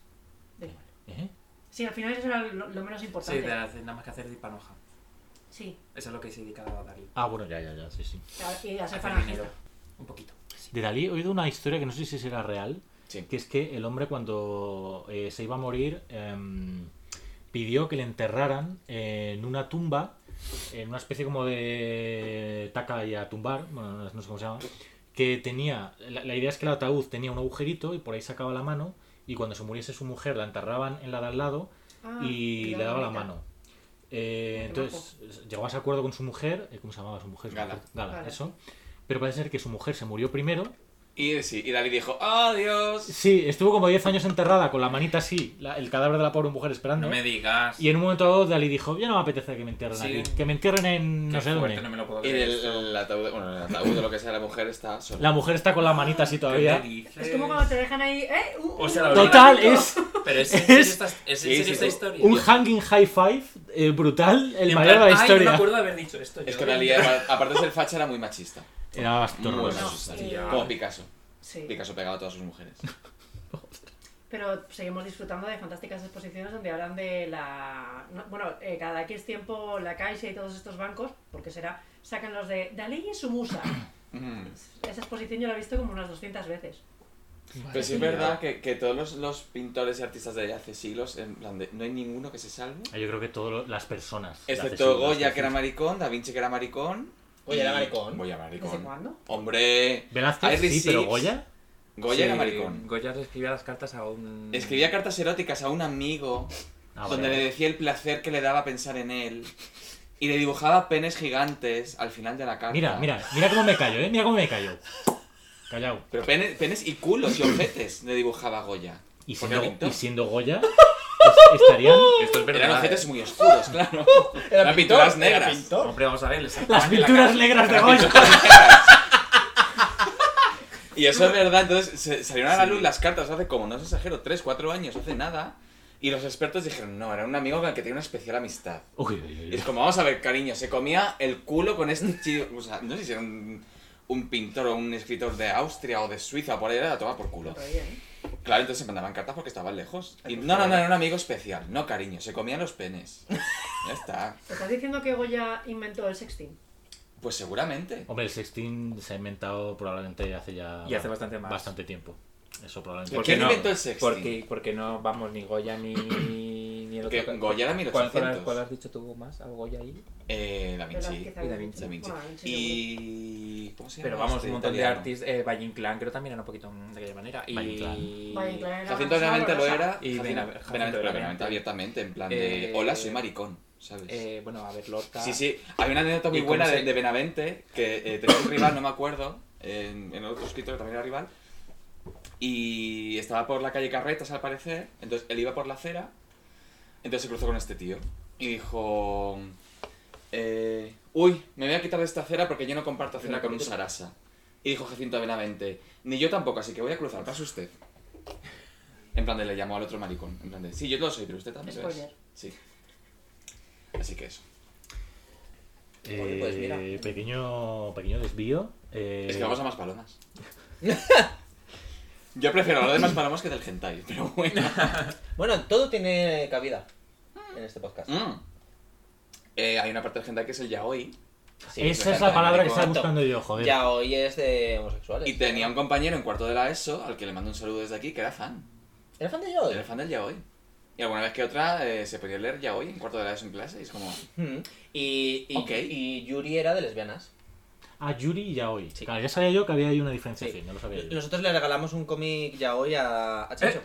Da igual.
¿Eh?
Sí, al final eso era lo, lo menos
Sí,
importante.
de hacer- nada más que hacer de panoja.
Sí,
Eso es lo que se dedicaba a Dalí.
Ah, bueno, ya, ya, ya, sí, sí.
y a ser
Hacer
falangista.
dinero. Un poquito.
De Dalí he oído una historia que no sé si será real,
Sí.
que es que el hombre cuando eh, se iba a morir em, pidió que le enterraran en una tumba, en una especie como de taca y a tumbar, bueno, no, no sé cómo se llama, que tenía, la, la idea es que el ataúd tenía un agujerito y por ahí sacaba la mano y cuando se muriese su mujer la enterraban en la de al lado
Ah,
y
que
le daba la
mitad.
mano. Eh,
Qué
entonces llegó a ese acuerdo con su mujer, eh, ¿cómo se llamaba su mujer?
Gala.
Gala,
Gala.
eso. Pero parece ser que su mujer se murió primero
Y sí, y Dalí dijo, ¡Adiós!
Sí, estuvo como 10 años enterrada con la manita así, la- el cadáver de la pobre mujer esperando.
No me digas.
¿Eh? Y en un momento dado Dalí dijo, ya no me apetece que me entierren
Sí.
aquí, que me entierren en
Qué
no sé
fuerte,
dónde.
no me lo puedo
Y
creer.
el, el ataúd, bueno, el ataúd o lo que sea, la mujer está sola.
La mujer está con la manita así todavía.
¿Qué dices?
Es como cuando te dejan ahí, ¿eh? Uh,
O sea, la
uh,
verdad-
Total, es
Pero es en serio
Es-
esta, es
Sí,
en serio
sí,
esta
sí.
historia.
un hanging high five eh, brutal, el mayor
En plan,
de la
"Ay, no me
historia.
acuerdo de haber dicho esto.
Es
yo".
que Dalí, era- aparte de ser facha, era muy machista.
Era bastante
Muy
horroroso.
machista.
No,
Como
eh,
Picasso.
sí.
Picasso pegaba a todas sus mujeres.
Pero seguimos disfrutando de fantásticas exposiciones donde hablan de la. no, bueno, eh, cada X tiempo la Caixa y todos estos bancos, porque será, sacan los de Dalí y su musa.
Mm.
Esa exposición yo la he visto como unas 200 veces.
Pero sí es
mía.
verdad que, que todos los, los pintores y artistas de hace siglos, en plan de, no hay ninguno que se salve.
Yo creo que todas las personas.
Excepto Goya, que era maricón, Da Vinci, que era maricón.
Goya era
y-
maricón.
Goya
¿Desde
maricón.
cuándo?
Hombre,
Velázquez
Henry
sí, pero
Six.
Goya.
Goya
Sí,
era maricón.
Goya le escribía las cartas a un.
Escribía cartas eróticas a un amigo
Ah,
donde
vale.
le decía el placer que le daba pensar en él. Y le dibujaba penes gigantes al final de la carta.
Mira, mira, mira cómo me callo, eh, mira cómo me callo. Callao.
Pero penes, penes y culos y objetes le dibujaba Goya.
Y
Porque
siendo,
pintó.
y siendo Goya, es- estarían
Esto es
Eran
verdad. ¿eh?
objetes muy oscuros, claro. Eran pinturas negras.
Era pintor.
Hombre, vamos a ver. les
las
sacaban de la
pinturas
cara.
negras de Goya.
Y eso es verdad, entonces se- salieron a la
Sí.
luz las cartas hace como, no os exagero, 3, 4 años, hace nada. Y los expertos dijeron, no, era un amigo con el que tenía una especial amistad.
Uy, uy, uy,
Y es
uy.
como, vamos a ver, cariño, se comía el culo con este chido. O sea, no sé si era un, un pintor o un escritor de Austria o de Suiza, por ahí era a tomar por culo.
Pero bien, ¿eh?
Claro, entonces se mandaban cartas porque estaban lejos. Y no, no, no, era un amigo especial. No, cariño, se comían los penes. Ya está.
¿Te estás diciendo que Goya inventó el sexting?
Pues seguramente.
Hombre, el sexting se ha inventado probablemente hace ya
Y hace bastante más.
bastante tiempo. Eso probablemente.
¿Por qué? ¿Quién inventó el sexting?
Porque, porque no vamos ni Goya ni, ni el
Que
otro.
Goya era
¿Cuál, cuál,
1800.
cuál has dicho tú más? ¿Al Goya ahí?
Eh, Da
Velázquez,
Vinci.
Da Vinci.
Da Vinci.
Bueno, Da Vinci
Y... ¿Cómo se llama?
Pero vamos,
este
un montón de
italiano?
artistas. Eh, Valle Inclán creo también era un poquito mm, de aquella manera. Y.
Valle Inclán.
Valle Inclán era
Jacinto
una
Benavente lo
sabrosa.
era.
Y
Jacinto-
Bena-
Benavente,
Jacinto
pero
Benavente.
Benavente abiertamente, en plan de.
Eh,
Hola, soy maricón, ¿sabes?
Eh, bueno, a ver, Lorca.
sí, sí. Hay una anécdota muy
¿y cómo
buena de,
se-
de Benavente que eh, tenía un rival, no me acuerdo, en, en otro escritor que también era rival. Y estaba por la calle Carretas, al parecer. Entonces él iba por la acera. Entonces se cruzó con este tío. Y dijo. eh, Uy, me voy a quitar de esta acera porque yo no comparto acera con un Sarasa. Y dijo Jacinto Benavente, ni yo tampoco, así que voy a cruzar, pasa usted. En plan de le llamó al otro maricón. En plan de, sí, yo lo soy, pero usted también lo es".
Spoiler.
Sí. Así que eso.
Eh,
Pues mira.
pequeño, pequeño desvío. eh,
Es que vamos a más palomas. Yo prefiero hablar de más palomas que del hentai, pero bueno.
Bueno, todo tiene cabida en este podcast.
Mm. Eh, hay una parte del hentai que es el yaoi.
esa
Sí,
me
es
encanta,
la palabra
me
que estaba
encanta.
buscando yo, joder.
Ya hoy es de homosexuales.
Y tenía un compañero en cuarto de la ESO, al que le mando un saludo desde aquí, que era fan.
¿Era fan de yo?
Era fan del yaoi. Y alguna vez que otra eh, se ponía a leer yaoi en cuarto de la ESO en clase y es como...
Mm. Y, y,
Ok.
y Yuri era de lesbianas.
A Yuri ya hoy.
Sí.
Claro, ya sabía yo que había ahí una diferenciación,
Sí.
ya lo sabía yo.
Nosotros le regalamos un cómic ya hoy a, a Chacho.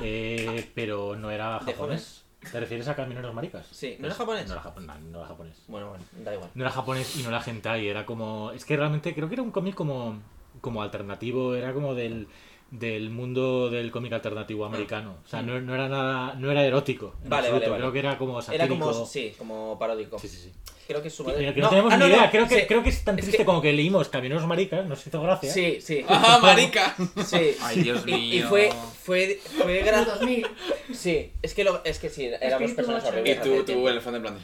Eh, pero no era
De
japonés. ¿Te refieres a Camineros Maricas?
Sí, ¿no
Pues,
era japonés?
No era, japo- no, no era japonés.
Bueno, bueno, da igual.
No era japonés y no era hentai, era como... Es que realmente creo que era un cómic como, como alternativo, era como del, del mundo del cómic alternativo americano. O sea, no, no era nada... no era erótico. en
Vale, vale,
absoluto.
vale.
Creo que era como satírico.
Era como, sí, como paródico.
Sí, sí, sí.
Creo que su
Que-
madre...
que no, tenemos
ah,
ni
no,
idea.
no,
creo, que,
sí.
creo que es tan
Es
triste
que-
como que leímos Camineros Maricas, nos hizo gracia.
Sí, sí.
¡Ah, marica!
Sí.
Ay, Dios mío.
Y, y fue, fue, fue
Los
gracioso.
2000.
Sí, es ¿eh? que, lo, es que sí, éramos
Espíritu
personas
macho.
Y
horribles. hace
tú, tú,
tiempo.
en el fondo, en plan de...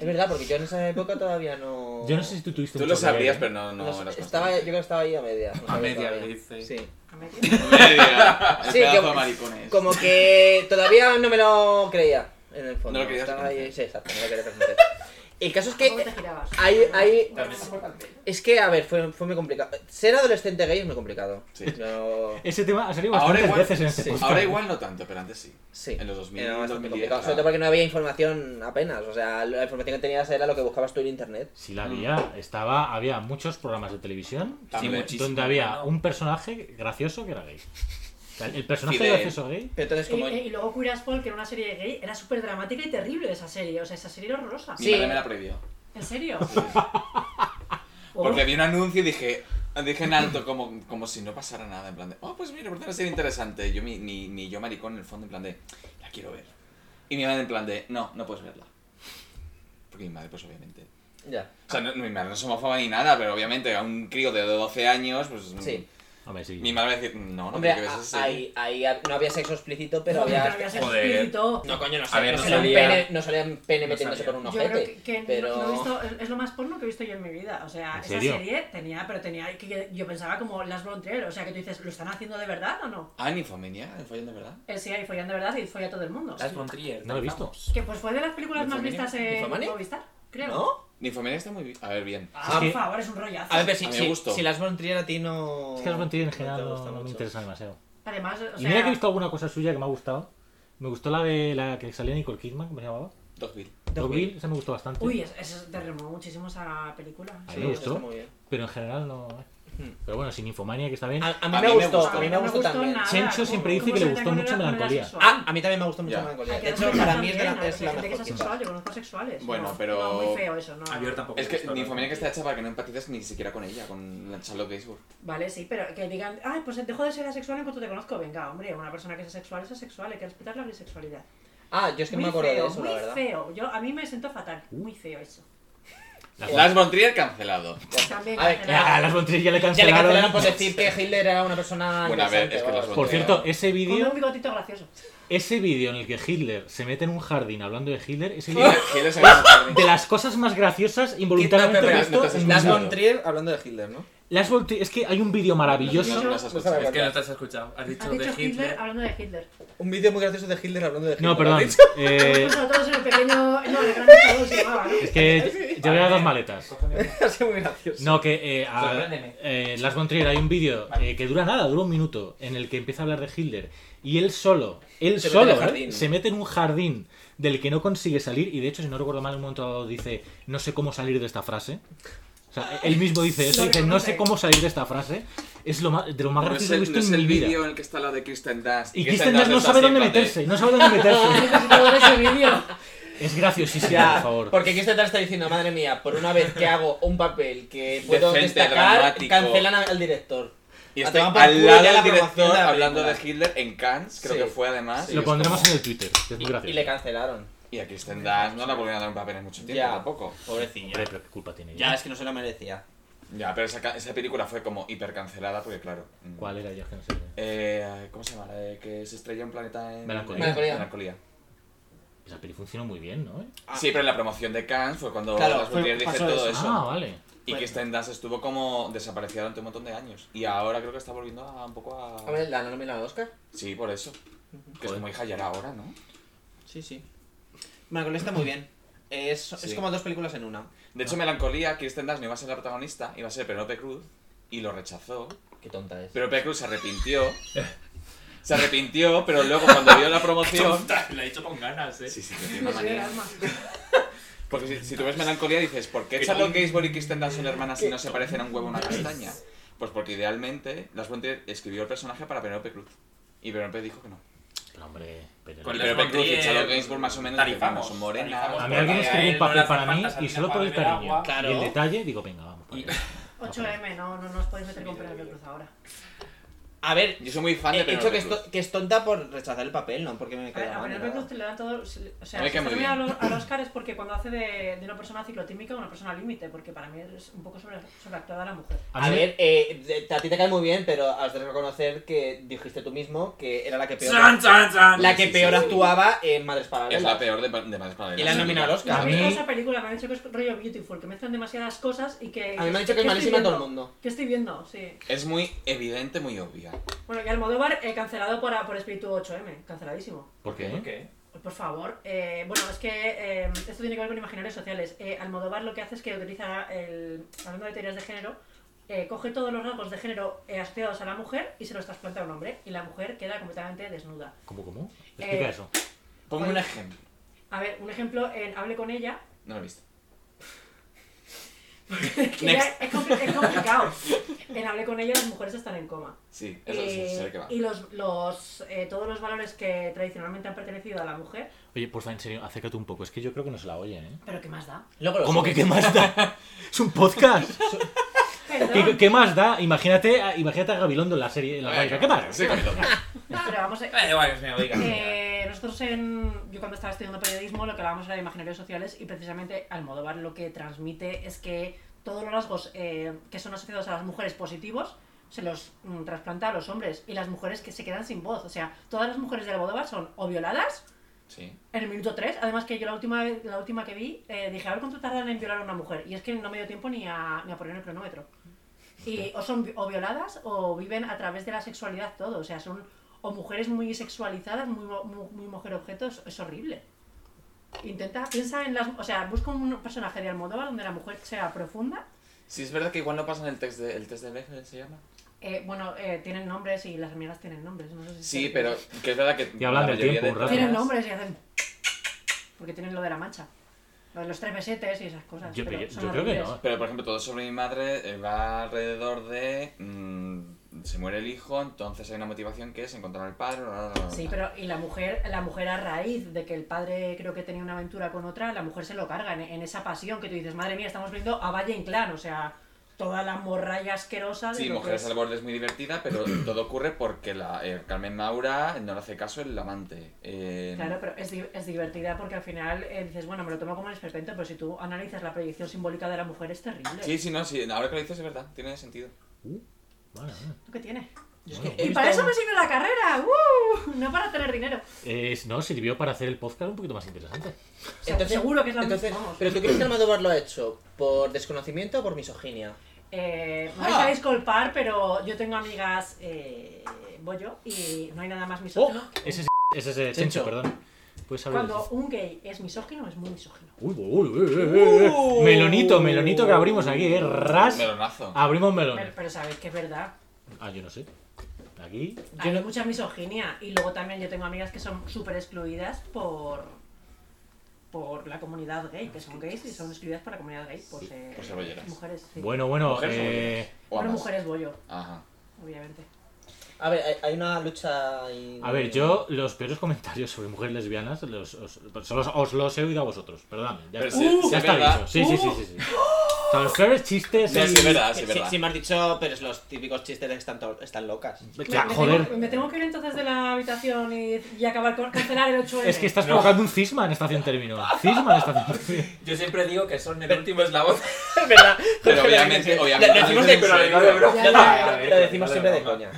Es verdad, porque yo en esa época todavía no.
Yo no sé si tú tuviste
Tú
mucho
lo
que
sabrías,
ver,
pero
¿eh?
no, no,
No sé,
eras
estaba, yo
consciente.
creo que estaba ahí a media. no
A
sabía
media,
todavía.
dice.
Sí.
¿A medio?
Media, el
Sí,
pedazo
que-
de maricones.
Como que todavía no me lo creía, en el fondo.
No lo querías
Estaba ahí-
conocer.
Sí, exacto, no lo quería conocer. El caso es
¿Cómo te
que.
girabas?
hay- hay-
También es
Es que, a ver, fue, fue muy complicado. Ser adolescente gay es muy complicado.
Sí.
Yo-
Ese tema ha salido
Ahora
bastantes
igual-
veces en este
sí.
podcast.
Ahora igual no tanto, pero antes sí.
Sí.
En los 2000,
Era bastante
2010,
complicado. Sobre
claro.
todo porque no había información apenas. O sea, la información que tenías era lo que buscabas tú en internet.
Si la había, estaba, había muchos programas de televisión
También.
muchísimo.
donde había
¿no?
un personaje gracioso que era gay. O sea, el personaje
Fidel.
gracioso gay.
Pero entonces,
Y,
como.
y- y luego Curas Paul, que era una serie gay, era súper dramática y terrible esa serie. O sea, esa serie era horrorosa.
Mi
Sí.
madre me la prohibió.
¿En serio? Oh.
Porque vi un anuncio y dije, dije en alto, como, como si no pasara nada, en plan de, oh, pues mira, por una serie interesante. Yo, mi, mi, mi yo maricón, en el fondo, en plan de, la quiero ver. Y mi madre, en plan de, no, no puedes verla. Porque mi madre, pues obviamente.
Ya.
O sea, no, mi madre no es homófoba ni nada, pero obviamente a un crío de 12 años, pues.
Sí.
Hombre, sí.
Mi madre va a decir, no, no,
Hombre,
porque ves
a-
esa serie.
ahí, ahí no había sexo explícito, pero
No, pero
había.
había sexo
Joder.
explícito.
No, coño, no
A
salía, no
ver, no
salía un
salía-
pene, no salía un pene
no
metiéndose
salía.
con un
Yo
ojete.
creo que, que no-
pero...
no he visto- es- es lo más porno que he visto yo en mi vida. O sea,
¿En
esa
serio?
serie tenía, pero tenía, que, que yo pensaba como Las Bontrier. O sea, que tú dices, ¿lo están haciendo de verdad o no?
Ah, ni familia, ni follan de verdad.
Eh, sí, ahí follan de verdad y folla todo el mundo.
Las von Trier.
No lo he visto.
vamos.
Que pues fue de las películas más
¿Nifomania?
vistas en
¿Nifomania?
Movistar, creo.
¿No?
Ni familia está muy bien. A ver, bien.
Ah,
Sí.
por favor, es un rollazo.
A ver, pues, pero si,
A mí me
si-
gustó.
si las von Trier a ti no.
Es que las mentiras en general
te
no,
gusta
no me
mucho.
interesan demasiado.
Además, o
Y mira que he
sea,
visto alguna cosa suya que me ha gustado. Me gustó la de la que salía Nicole Kidman, ¿cómo se llamaba?
2000.
Dogville, esa me gustó bastante.
Uy, es- es- te remó muchísimo esa película.
A
Sí,
mí me gustó.
está muy bien.
Pero en general no. eh.
Hmm. Ah,
Pero bueno, sin infomania que está bien.
A, a mí me gustó, a mí me
no
gustó también.
nada.
Chencho
¿Cómo-
siempre dice
cómo
que le
se
gustó
trata con
mucho
el- con el
Melancolía.
asexual?
Ah, a mí también me gustó mucho
Ya.
la melancolía.
Hay que
De hecho,
admitir
para mí es de
también,
la, es
hay
la
gente que es
mejor.
asexual, yo conozco asexuales.
Bueno,
No,
pero-
no, muy feo eso, ¿no?
Ah, yo tampoco.
Es que
he
ni
visto
familia que
las
está
Von
hecha para que no empatices ni siquiera con ella, con la Charlotte Gainsbourg.
Vale, sí, pero que digan, ay, pues dejo de ser asexual en cuanto te conozco. Venga, hombre, una persona que es asexual es asexual, hay que respetar la bisexualidad.
Ah, yo es que no
muy
me acuerdo
feo,
de eso,
muy
la verdad.
feo. Yo, a mí me siento fatal. Muy feo eso.
Las-
Las von Trier cancelado.
También
A ver,
Ah, las Bontrier ya le
Ya le
cancelaron.
cancelaron por decir que Hitler era una persona.
Bueno, a ver,
interesante,
es que las
vamos.
Por cierto, ese
con
vídeo,
un bigotito gracioso.
ese vídeo en el que Hitler se mete en un jardín hablando de Hitler, es el vídeo
¿Quieres saber más tarde?
de las cosas más graciosas
No,
involuntariamente
pero
he
no
visto.
te has
en mi
Las
vida.
von Trier hablando de Hitler, ¿no?
Las Bontrier- es que hay un vídeo
No,
maravilloso.
no las has escuchado.
Es que no te has escuchado. Has dicho
Has
de
dicho Hitler
Hitler.
hablando de Hitler.
Eh,
Un vídeo muy gracioso de Hitler hablando de Hitler.
No, perdón. eh,
Nosotros todos en el pequeño. No, en el gran estado se llamaba, ¿no?
es que yo llevaba dos maletas.
Cógeme una.
Ha sido muy gracioso.
No, que eh, a-
Sorpréndeme.
eh, Lars von Trier hay un vídeo eh, que dura nada, dura un minuto, en el que empieza a hablar de Hitler y él solo, él
Se mete
solo,
en el
¿eh?
jardín.
se mete en un jardín del que no consigue salir y de hecho, si no recuerdo mal, en un momento dado dice, no sé cómo salir de esta frase. O sea, él mismo dice eso,
Lo
dice, no sé
reconoce.
cómo salir de esta frase. Es lo más, de lo más
No
gracioso
es
que he
el, no
visto
es
en mi
el
vida.
vídeo en el que está la de Kristen Dust.
Y
Kirsten
Kristen Dunst no
está
sabe dónde
siempre en
meterse, no sabe dónde meterse.
Necesito ver ese vídeo.
Es graciosísimo,
Ya,
por favor.
porque Kirsten Dunst está diciendo, madre mía, por una vez que hago un papel que puedo
Decente,
destacar,
dramático.
cancelan al director.
plan de- Y
A
estoy
tomar por
al
culo ya
lado
la
del
promoción
director
de la
hablando de
película.
Hitler en Cannes, creo
Sí.
que fue además. y
Lo
es
pondremos
como-
en el Twitter, que es muy gracioso.
Y le cancelaron.
Y a Kristen Dunst no la volvieron a dar un papel en mucho tiempo
Ya.
tampoco.
Hombre,
Pobrecilla.
pero ¿qué culpa tiene
Ya,
ella?
es que no se lo merecía.
Ya, pero esa, ca- esa película fue como hipercancelada porque, claro. mm,
¿Cuál era yo? Es que no sé.
Eh, ¿Cómo se llama? La de que se estrella un planeta en.
Melancolía.
Melancolía.
Melancolía.
Esa peli funcionó muy bien, ¿no?
Ah.
Sí, pero en la promoción de Cannes fue cuando
Claro,
las
fue-
Bontrier dice
pasó
todo eso.
eso.
Ah, vale.
Y que Kristen Dunst estuvo como desaparecida durante un montón de años. Y ahora creo que está volviendo a un poco a.
A ver, ¿la nominaron al Oscar?
Sí, por eso. Que es
Joder.
como hija ya era ahora, ¿no?
Sí, sí. Melancolía está muy bien. Es, es
Sí.
como dos películas en una.
De hecho, Melancolía, Kirsten Dunst no iba a ser la protagonista, iba a ser Penelope Cruz, y lo rechazó.
Qué tonta es.
Penelope Cruz se arrepintió. Se arrepintió, pero luego cuando vio la promoción...
La he hecho con ganas, eh.
Sí, sí, que tiene
Me
una
sube el
manía.
alma.
Porque si, si tú ves Melancolía dices, ¿por qué Charlotte Gainsbourg y Kirsten Dunst son hermanas si no se parecen a un huevo o una castaña? Pues porque idealmente Las Bontrier escribió el personaje para Penelope Cruz. Y Penelope dijo que no.
Pero hombre, pero...
Con
Y
las
Penelope Cruz y
Bontrier,
Charlotte Gainsbourg más o menos
tarifamos,
bueno, son morenas.
tarifamos
A mí alguien
Porque a
escribe un
él no le
papel
hace
para mí
falta salir
y solo
a
por el
beber
cariño.
agua.
Claro.
Y el detalle, digo, venga, vamos. para
Y-
allá.
8M, no, no nos podéis meter con Penelope Cruz ahora.
A ver,
Yo soy muy fan de
he dicho
Penélope
que,
Cruz.
esto- que es tonta por rechazar el papel, ¿no? Porque me
A ver,
queda
a
mal.
Penélope Cruz te le dan todo. O sea,
A mí
si
que muy
premia a
bien.
los- al Oscar es porque cuando hace de, de una persona ciclotímica una persona límite, porque para mí es un poco sobre, sobreactuada la mujer.
A
A
mí-
ver, eh, de- a ti te cae muy bien, pero has de reconocer que dijiste tú mismo que era la que peor,
¡San, san, san!
la que
Sí, sí,
peor
sí.
actuaba en Madres
Es
Paralelas.
la peor de, de Madres Paralelas.
Y la han nominado al Oscar.
A
A
mí
mí-
esa película me han dicho que es rollo beautiful, que mezclan demasiadas cosas y que.
A mí me han dicho que es
¿qué estoy
malísima a todo el
viendo?
mundo.
¿Qué estoy viendo? Sí.
Es muy evidente, muy obvia.
Bueno, que Almodóvar eh, cancelado por, por Espíritu 8M, canceladísimo.
¿Por
¿Por
qué? eh?
qué?
Por favor, eh, bueno, es que eh, esto tiene que ver con imaginarios sociales. Eh, Almodóvar lo que hace es que utiliza, el, hablando de teorías de género, eh, coge todos los rasgos de género eh, asociados a la mujer y se los trasplanta a un hombre, y la mujer queda completamente desnuda.
¿Cómo, cómo? Explica
Eh,
eso.
Ponme
Pues-
un ejemplo.
A ver, un ejemplo en Hable con ella.
No lo he visto.
que ya
Next.
es, compli- es complicado. En Hable con ella las mujeres están en coma.
Sí, eso sí,
Eh,
sé de qué va.
Y los, los, eh, todos los valores que tradicionalmente han pertenecido a la mujer,
Oye, por favor, en serio, acércate un poco. Es que yo creo que no se la oye, ¿eh?
pero ¿qué más da?
Luego lo
¿Cómo que
subes.
qué más da? Es un podcast. ¿Qué,
Perdón.
qué más da? Imagínate, a- imagínate a Gabilondo en la serie. En la
Venga,
radio. ¿Qué más?
Sí, Gabilondo.
Pero vamos a...
Eh, igual, Dios mío, oiga.
Eh, nosotros en, yo cuando estaba estudiando periodismo lo que hablábamos era de imaginarios sociales y precisamente Almodóvar lo que transmite es que todos los rasgos eh, que son asociados a las mujeres positivos se los mm, trasplanta a los hombres y las mujeres que se quedan sin voz. O sea, todas las mujeres de Almodóvar son o violadas
Sí.
en el minuto 3, además que yo la última, vez- la última que vi eh, dije, a ver cuánto tardan en violar a una mujer y es que no me dio tiempo ni a, ni a poner el cronómetro. Y o son vi- o violadas o viven a través de la sexualidad todo. O sea, son o mujeres muy sexualizadas, muy, mo- mu- muy, mujer objeto, es, es horrible. Intenta, piensa en las. O sea, busca un personaje de Almodóvar donde la mujer sea profunda.
Sí, es verdad que igual no pasan el test de, el test de Bechdel, ¿se llama?
Eh, bueno, eh, tienen nombres y las amigas tienen nombres. No sé si
Sí,
se-
pero que es verdad que...
Y hablan
la
del
mayoría
tiempo un rato.
Tienen
temas-
nombres y hacen. Porque tienen lo de la mancha. Lo de los tres besetes y esas cosas.
Yo,
pero
pero yo-
son
yo creo que
horribles.
no.
Pero, por ejemplo, todo sobre mi madre eh, va alrededor de... mm, se muere el hijo, entonces hay una motivación que es encontrar al padre... bla, bla, bla, bla,
Sí,
bla.
pero y la mujer, la mujer a raíz de que el padre creo que tenía una aventura con otra, la mujer se lo carga en, en esa pasión que tú dices, madre mía, estamos viendo a Valle Inclán, o sea, toda la morralla asquerosa de
Sí,
lo que
Mujeres
es-
al borde es muy divertida, pero todo ocurre porque la, eh, Carmen Maura no le hace caso el amante. Eh,
Claro, pero es, di- es divertida porque al final eh, dices, bueno, me lo tomo como un esperpento, pero si tú analizas la proyección simbólica de la mujer es terrible.
Sí, sí, no, sí, ahora que lo dices es verdad, tiene sentido.
Vale, vale.
¿Tú qué tiene?
Yo es que he
Y
visto
para eso
un-
me sirve la carrera, ¡uh! no para tener dinero.
Eh, no, sirvió para hacer el podcast un poquito más interesante.
O sea, seguro que es la misma,
entonces,
vamos.
¿Pero tú crees que Almodóvar lo ha hecho por desconocimiento o por misoginia?
Eh, me vais a disculpar, pero yo tengo amigas eh, bollo y no hay nada más
¡Oh!
misógino.
Ese es, ese es eh, Chencho,
Chencho.
perdón. Puedes hablar de
Cuando
eso.
un gay es misógino, es muy misógino.
Uy, uy, uy, uy, uy, uy.
Uh.
Melonito, melonito que abrimos aquí, ¿eh? Ras.
Melonazo.
Abrimos
Pero,
melones.
pero sabéis que es verdad.
Ah, yo no sé. Aquí.
Hay mucha misoginia. Y luego también yo tengo amigas que son súper excluidas por por la comunidad gay, que son gays y son excluidas por la comunidad gay por ser
por ser bolleras.
mujeres. sí.
Bueno, bueno.
Mujeres o
eh,
O
Bueno,
ambas.
mujeres bollo,
Ajá.
obviamente.
A ver, hay, hay una lucha ahí...
A ver, yo los peores comentarios sobre mujeres lesbianas los, os, solo os- os los he oído a vosotros, perdón. Ya,
Pero
está-
sí,
ya
sí,
está
¿verdad?
dicho. Sí, sí, sí, sí, sí. O sea, los peores chistes.
No,
y-
sí, es verdad,
Sí,
Ah, sí, es verdad.
sí, me has dicho, pero es los típicos chistes de que están, to- están locas.
Ya,
me, me
joder.
Tengo, me tengo que ir entonces de la habitación y, y acabar con cancelar el 8
Es que estás provocando un cisma en estación término. Cisma en estación término.
Yo siempre digo que son el último eslabón.
Es verdad.
Pero obviamente, obviamente.
Lo decimos de
en serio.
pero lo digo de broma.
Ya, ya,
Lo- Lo decimos siempre de coña.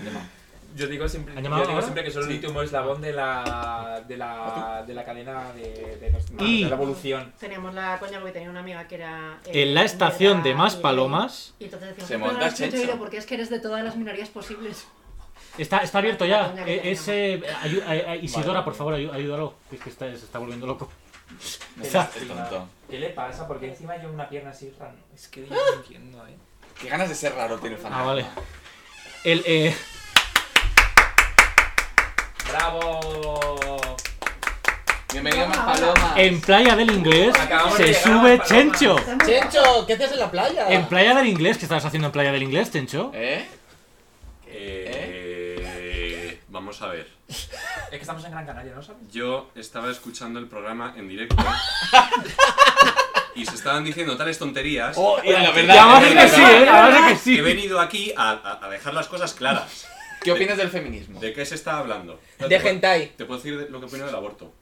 Yo digo siempre,
¿Han
yo
llamado
digo
ahora?
siempre que son el
Sí.
último eslabón de la, de la, de la cadena de, de, nos-
Y-
de la evolución.
Teníamos la coña porque tenía una amiga que era. eh,
En la estación de
negra
más
y-
palomas.
E. Y entonces decimos,
Se
"No, no, no,
monta
es que te he
Chencho".
oído porque es que eres de todas las minorías posibles.
Está, está abierto ya. Eh, Ese. ayu- ay- ay, Isidora, por favor, ayu- ayúdalo. que Es que está- se está volviendo loco.
No
Qué
seas
lástima.
tonto.
¿Qué le pasa? Porque encima lleva una pierna así rara. Es que yo no entiendo, eh.
Qué ganas de ser raro tiene el fantasma.
Ah, vale. El, eh,
¡Bravo!
Bienvenido a más palomas.
en Playa del Inglés
Acabamos de
se
llegar a
sube
Paloma.
Chencho.
Estamos-
Chencho, ¿qué haces en la playa?
En Playa del Inglés, ¿qué estabas haciendo en Playa del Inglés, Chencho?
¿Eh?
Eh, vamos a ver.
Es que estamos en Gran Canaria, ¿no sabes?
Yo estaba escuchando el programa en directo y se estaban diciendo tales tonterías
Bueno, la
La
verdad,
verdad
la
es Ah, que Oh, sí,
verdad.
¿eh? La verdad es que
que he
sí.
venido aquí a, a- a dejar las cosas claras.
¿Qué opinas del feminismo?
¿De qué se está hablando?
De
Te-
hentai.
Te puedo decir de- lo que opino del aborto.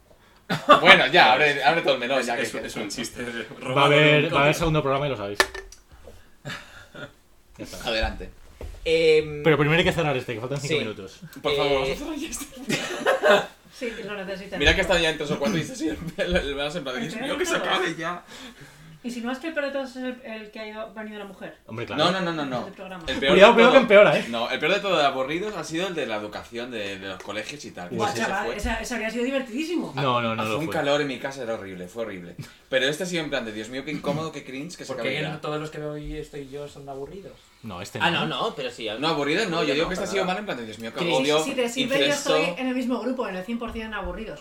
Bueno, ya, abre, abre todo el menor.
es,
ya que-
es- es un chiste. eh,
Va a haber, va a haber segundo programa y lo sabéis. Ya está.
Adelante.
Em,
Pero primero hay que cerrar este, que faltan 5
Sí.
minutos.
Por
Eh,
favor, vamos a cerrar ya este.
Sí, lo necesitan.
Mira que está ya en tres o cuatro y dices, sí, el el brazo en plan, Dios mío, que se acabe ya.
¿Y si no es que el peor de todos es el, el que ha ido, venido la mujer?
Hombre, claro.
No, no, no, no, no.
Este programa.
El peor
Cuidado,
de
cuidado que
todo-
empeora, eh.
No, el peor de todo de aburridos ha sido el de la educación de, de los colegios y tal. que
Buah,
ese Pues se
chaval,
fue.
esa, esa habría sido divertidísimo.
No, no, no
Hace
lo
un
fue.
calor en mi casa, era horrible, fue horrible. Pero este ha sido en plan de Dios mío, qué incómodo, qué cringe, que se acabe
Porque
ya.
no todos los que veo y estoy yo son aburridos.
No, este
Ah, no, no, pero sí.
No, aburrido no, yo digo que este ha
está
sido mal en plan de Dios mío, que
Sí,
agobio,
si te sirve, yo
incesto.
estoy en el mismo grupo, en el 100% aburridos.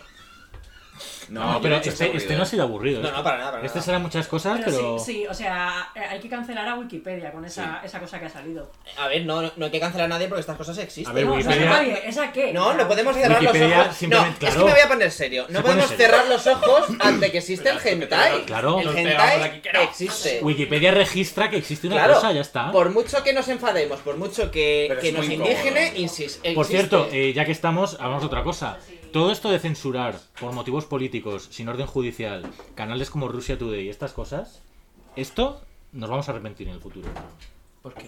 No,
yo
pero
he hecho
este,
aburrido,
este no ha
eh.
sido aburrido.
No, no, para nada, para
Este
nada.
será muchas cosas,
Pero
pero.
sí, sí, o sea, eh, hay que cancelar a Wikipedia con esa, esa cosa que ha salido.
A ver, no, no hay que cancelar a nadie porque estas cosas existen.
A ver,
no, o sea,
Wikipedia-
oye, ¿esa qué?
No, no podemos cerrar
Wikipedia
los ojos.
simplemente,
no, es
claro.
que me voy a poner serio. No
Se pone
podemos
serio.
cerrar los ojos ante que existe el hentai.
Claro.
El
Nos
pegamos
hentai
aquí, que no.
existe.
Wikipedia registra que existe una
Claro.
cosa, ya está.
Por mucho que nos enfademos, por mucho que,
Pero
que
es
nos
muy incómodo.
indigene, insis- existe.
Por cierto, eh, ya que estamos, hablamos de otra cosa. Todo esto de censurar por motivos políticos, sin orden judicial, canales como Russia Today y estas cosas, esto nos vamos a arrepentir en el futuro.
¿Por qué?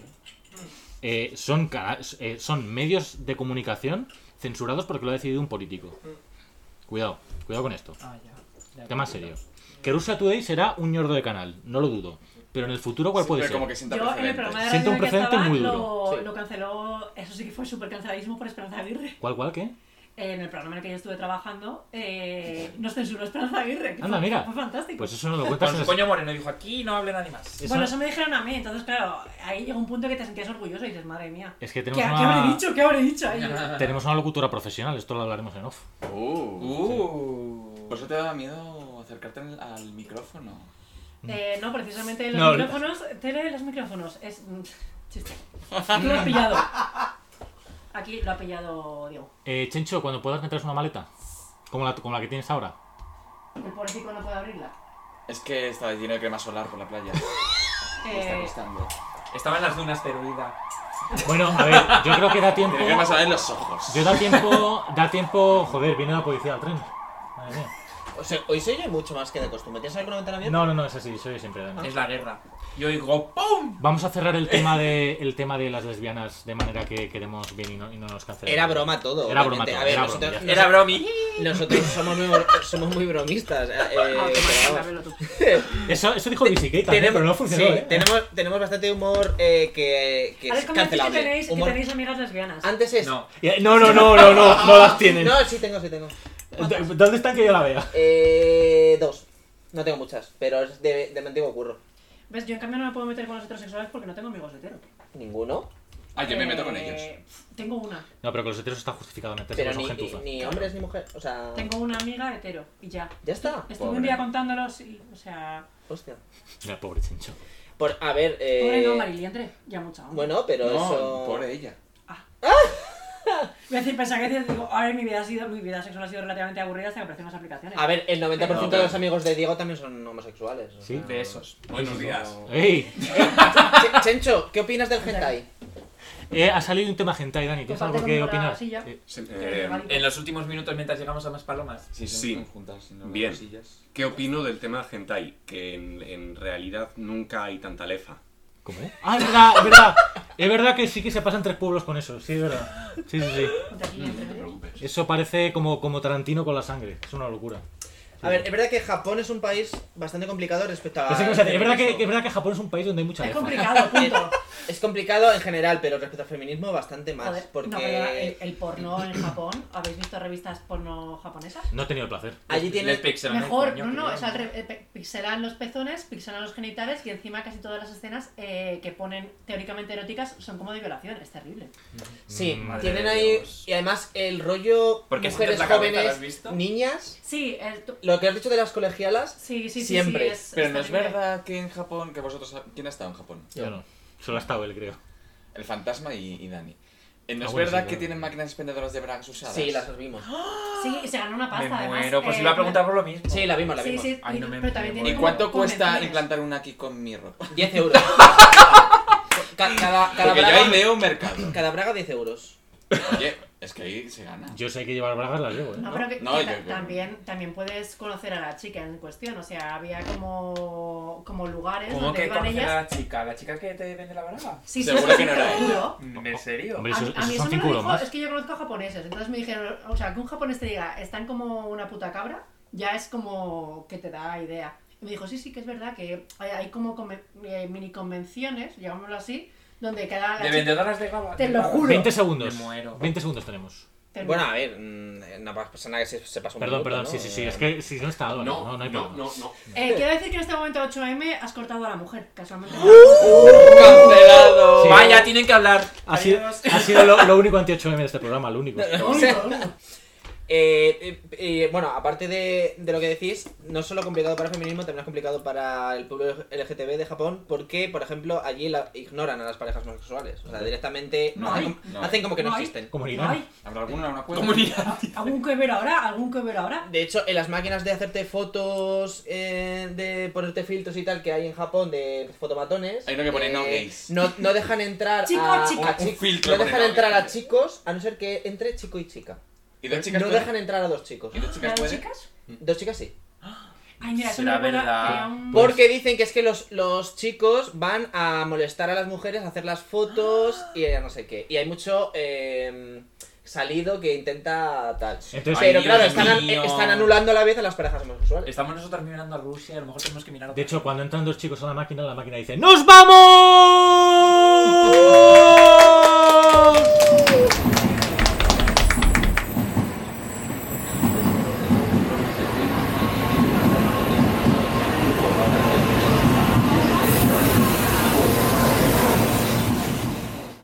Eh, son, cana- eh, son medios de comunicación censurados porque lo ha decidido un político. Cuidado, cuidado con esto.
Ah, ya. Ya
Tema serio. Que Russia Today será un ñordo de canal, no lo dudo. Pero en el futuro, ¿cuál puede
Pero
ser?
como que sienta
Yo en el
precedentes.
programa de
Siento un
radio en el que
precedente
estaba,
muy
Lo,
duro.
lo canceló, eso sí que fue súper canceladísimo por Esperanza Aguirre.
¿Cuál, cuál, qué?
En el programa en el que yo estuve trabajando, eh, nos censuró Esperanza Aguirre. que
Anda,
fue,
mira.
Fue fantástico.
Pues eso no lo cuentas
Con
en
su
el...
coño moreno dijo, aquí no hable nadie más.
eso-
Bueno, eso me dijeron a mí, entonces claro, ahí llegó un punto que te sentías orgulloso y dices, madre mía.
Es que
¿Qué,
Eh, tenemos
qué
una-
habré dicho? ¿Qué habré dicho? Ahí,
Tenemos una locutora profesional, esto lo hablaremos en off.
Uh.
Uh.
¿Por eso te daba miedo acercarte al, al micrófono?
Eh, no, precisamente los
No,
micrófonos. Tere, los micrófonos. Es. mm, Chiste. Tú lo has pillado. Aquí lo ha pillado Diego.
Eh, Chencho, cuando puedas me traes una maleta, como la, como la que tienes ahora.
El pobrecito no puede abrirla.
Es que estaba lleno de crema solar por la playa. Me está
Eh,
gustando.
Estaba en las dunas perdidas.
Bueno, a ver, yo creo que da tiempo.
Tiene crema solar en los ojos.
Yo da tiempo, da tiempo. Joder, viene la policía al tren. Madre mía.
O sea, hoy se oye mucho más que de costumbre. ¿Tienes alguna ventana abierta?
No, no, no, es así, soy siempre.
Ah.
Dani.
Es la guerra. Yo digo, ¡pum!
Vamos a cerrar el tema de el tema de las lesbianas de manera que queremos bien y no, y no nos cancelemos.
Era broma todo.
Era broma
obviamente.
todo.
A ver,
era broma,
nosotros,
ya está.
Era bromi.
nosotros somos, muy, bro- somos muy bromistas. eh, eh,
ah,
pero-
ábrelo tú.
Eso, eso dijo Lizzie Kate también, pero no funcionó.
sí,
¿eh?
tenemos, tenemos bastante humor eh, que, que
Alex,
es
¿cómo decís que
cancelable.
tenéis, que
Humor-
tenéis amigas lesbianas?
Antes es.
No.
Eh, No, no, no, no, no, no las tienen.
No, sí tengo, sí tengo.
D- ¿Dónde están que yo la vea?
Eh, dos. No tengo muchas, pero es de, de mi antiguo curro.
¿Ves? Yo en cambio no me puedo meter con los heterosexuales porque no tengo amigos heteros.
Ninguno.
Ah, yo me
Eh,
meto con ellos.
Tengo una.
No, pero con los heteros está justificado meterse,
Pero
porque
ni,
son gentuza.
ni hombres ni mujeres. O sea.
Tengo una amiga hetero y ya.
Ya está.
Estuve
Pobre.
un día contándolos y. O sea.
Hostia.
Mira, pobre Chencho.
Por, a ver, eh.
Pobre no, Marily André. Ya mucha. onda.
Bueno, pero
no,
eso.
por ella.
Voy a decir, pensaba que decías, digo, ay, mi vida, ha sido, mi vida sexual ha sido relativamente aburrida hasta que aparecieron las aplicaciones.
A ver, el 90%
No,
de
pero-
los amigos de Diego también son homosexuales. o
Sí.
sea.
De esos.
Buenos días.
¡Ey!
Ch- Chencho, ¿qué opinas del hentai?
Eh, ha salido un tema hentai, Dani. ¿Tienes
Comparte
algo que
conmigo la
opinar?
silla.
Eh,
Sí,
Que
eh,
vale.
En los últimos minutos mientras llegamos a más palomas.
Sí, son
Sí.
conjuntas, si no,
Bien.
cosillas.
¿Qué opino del tema hentai? Que en, en realidad nunca hay tanta lefa.
¿Cómo? Ah, es verdad, es verdad. Es verdad que sí que se pasan tres pueblos con eso. Sí, es verdad. Sí, sí, sí.
Ponte
mm,
aquí, entre-
preocupes.
Eso parece como, como Tarantino con la sangre. Es una locura.
A ver, es verdad que Japón es un país bastante complicado respecto a.
Pero sí que, o sea, es, verdad que, que es verdad que Japón es un país donde hay mucha
Es
lefa.
complicado, punto.
Es complicado en general, pero respecto al feminismo bastante más.
Joder,
porque
no, pero el, el porno en Japón, ¿habéis visto revistas porno japonesas?
No he tenido el placer.
allí
Pues, Les
tienes.
pixelan el
Mejor,
coño,
no, no,
creo,
es al re- eh, pe- pixelan los pezones, pixelan los genitales y encima casi todas las escenas eh, que ponen teóricamente eróticas son como de violación, es terrible.
Sí,
Madre
tienen
Mm, de
ahí.
Dios.
Y además el rollo.
Porque
mujeres
sientes la cabeza, ¿lo
jóvenes,
has visto?
niñas.
Sí, el tu-
Lo que has dicho de las colegialas.
sí, sí, sí,
Siempre.
sí, es-
Pero no es
terrible.
verdad que en Japón, que vosotros... ¿Quién ha estado en Japón?
Yo no. Solo ha estado él, creo.
El fantasma y, y Dani. Eh, ¿No
Ah,
es
bueno,
verdad
sí,
que
claro.
tienen máquinas expendedoras de bragas usadas?
Sí, las vimos.
Sí, y se ganó una
Me
pasta, además.
muero, pues
eh,
iba a preguntar por lo mismo.
Sí, la vimos, la
Sí,
vimos.
sí,
Ay, no me-
pero también
me
tiene
¿Y
muero.
como
cuánto cuesta
convenciones.
implantar una aquí con mi ropa?
10 euros. Ca- cada, cada
Porque yo
braga,
ahí veo un mercado.
cada braga 10 euros.
Oye, es que ahí se gana.
Yo sé que llevar bragas las llevo, ¿eh?
No, pero que,
No,
que
yo-
ta-
yo-
También, también puedes conocer a la chica en cuestión. O sea, había como, como lugares
¿Cómo
donde
que
iban
conoces
ellas.
a la chica? ¿La chica que te vende la baraja?
Sí, sí,
Seguro
sí,
que no era ella.
seguro.
¿En serio?
Hombre,
A,
eso,
mí- a
esos
mí
son
eso me
5
lo
euros
dijo, es
más.
que yo conozco a japoneses, entonces me dijeron, o sea, que un japonés te diga, están como una puta cabra, ya es como que te da idea. Y me dijo, sí, sí, que es verdad, que hay, hay como conven- eh, mini convenciones, llamémoslo así, donde cada... la
¿De
chica-
vendedoras de gaba?
Te
de
lo
gaba.
juro.
20 segundos.
Me muero.
20 segundos tenemos.
Termina.
Bueno, a ver, mm, una persona que se, se pasa un
Perdón,
minuto,
perdón,
¿no? Eh,
sí, sí, sí. Es que si no está Álvaro, no, no, hay
no,
problema.
no, no.
Eh, quiero decir que en este momento 8M has cortado a la mujer, casualmente.
¡Uh!
¡Cancelado!
Sí.
Vaya, tienen que hablar.
Ha sido,
Adiós.
ha sido lo, lo único anti-8M de este programa, lo único.
Lo único, lo único.
Eh, eh, eh, bueno, aparte de, de lo que decís, no es solo complicado para el feminismo, también es complicado para el pueblo LGTB de Japón, porque, por ejemplo, allí la- ignoran a las parejas homosexuales. O sea, directamente
No
hacen,
hay,
com-
no
hacen como que no,
No hay.
existen.
Como en Irán.
Ay,
¿Habrá alguna una cuenta?
Comunidad.
algún que ver ahora, algún que ver ahora.
De hecho, en las máquinas de hacerte fotos, eh, de ponerte filtros y tal que hay en Japón de fotomatones,
Ahí lo que pone,
eh,
no gays.
no, no dejan entrar
Chico,
a,
chica.
a chi-
Un filtro
no
pone
dejan
no
entrar a
gays.
chicos a no ser que entre chico y chica.
¿Y dos chicas
No
pueden?
dejan entrar a dos chicos.
¿Y dos chicas
¿Las
pueden?
chicas?
Dos chicas sí.
Ay, mira, eso me
Será
recuerda
verdad.
a un...
Porque dicen que es que los, los chicos van a molestar a las mujeres, a hacer las fotos y a no sé qué. Y hay mucho eh, salido que intenta tal.
Entonces-
Pero
Ay,
claro,
Dios
están, an-
mío.
están anulando a la vez a las parejas homosexuales.
Estamos nosotros mirando a Rusia, a lo mejor tenemos que mirar
De
a otra
hecho,
cosa.
cuando entran dos chicos a la máquina, la máquina dice ¡Nos vamos!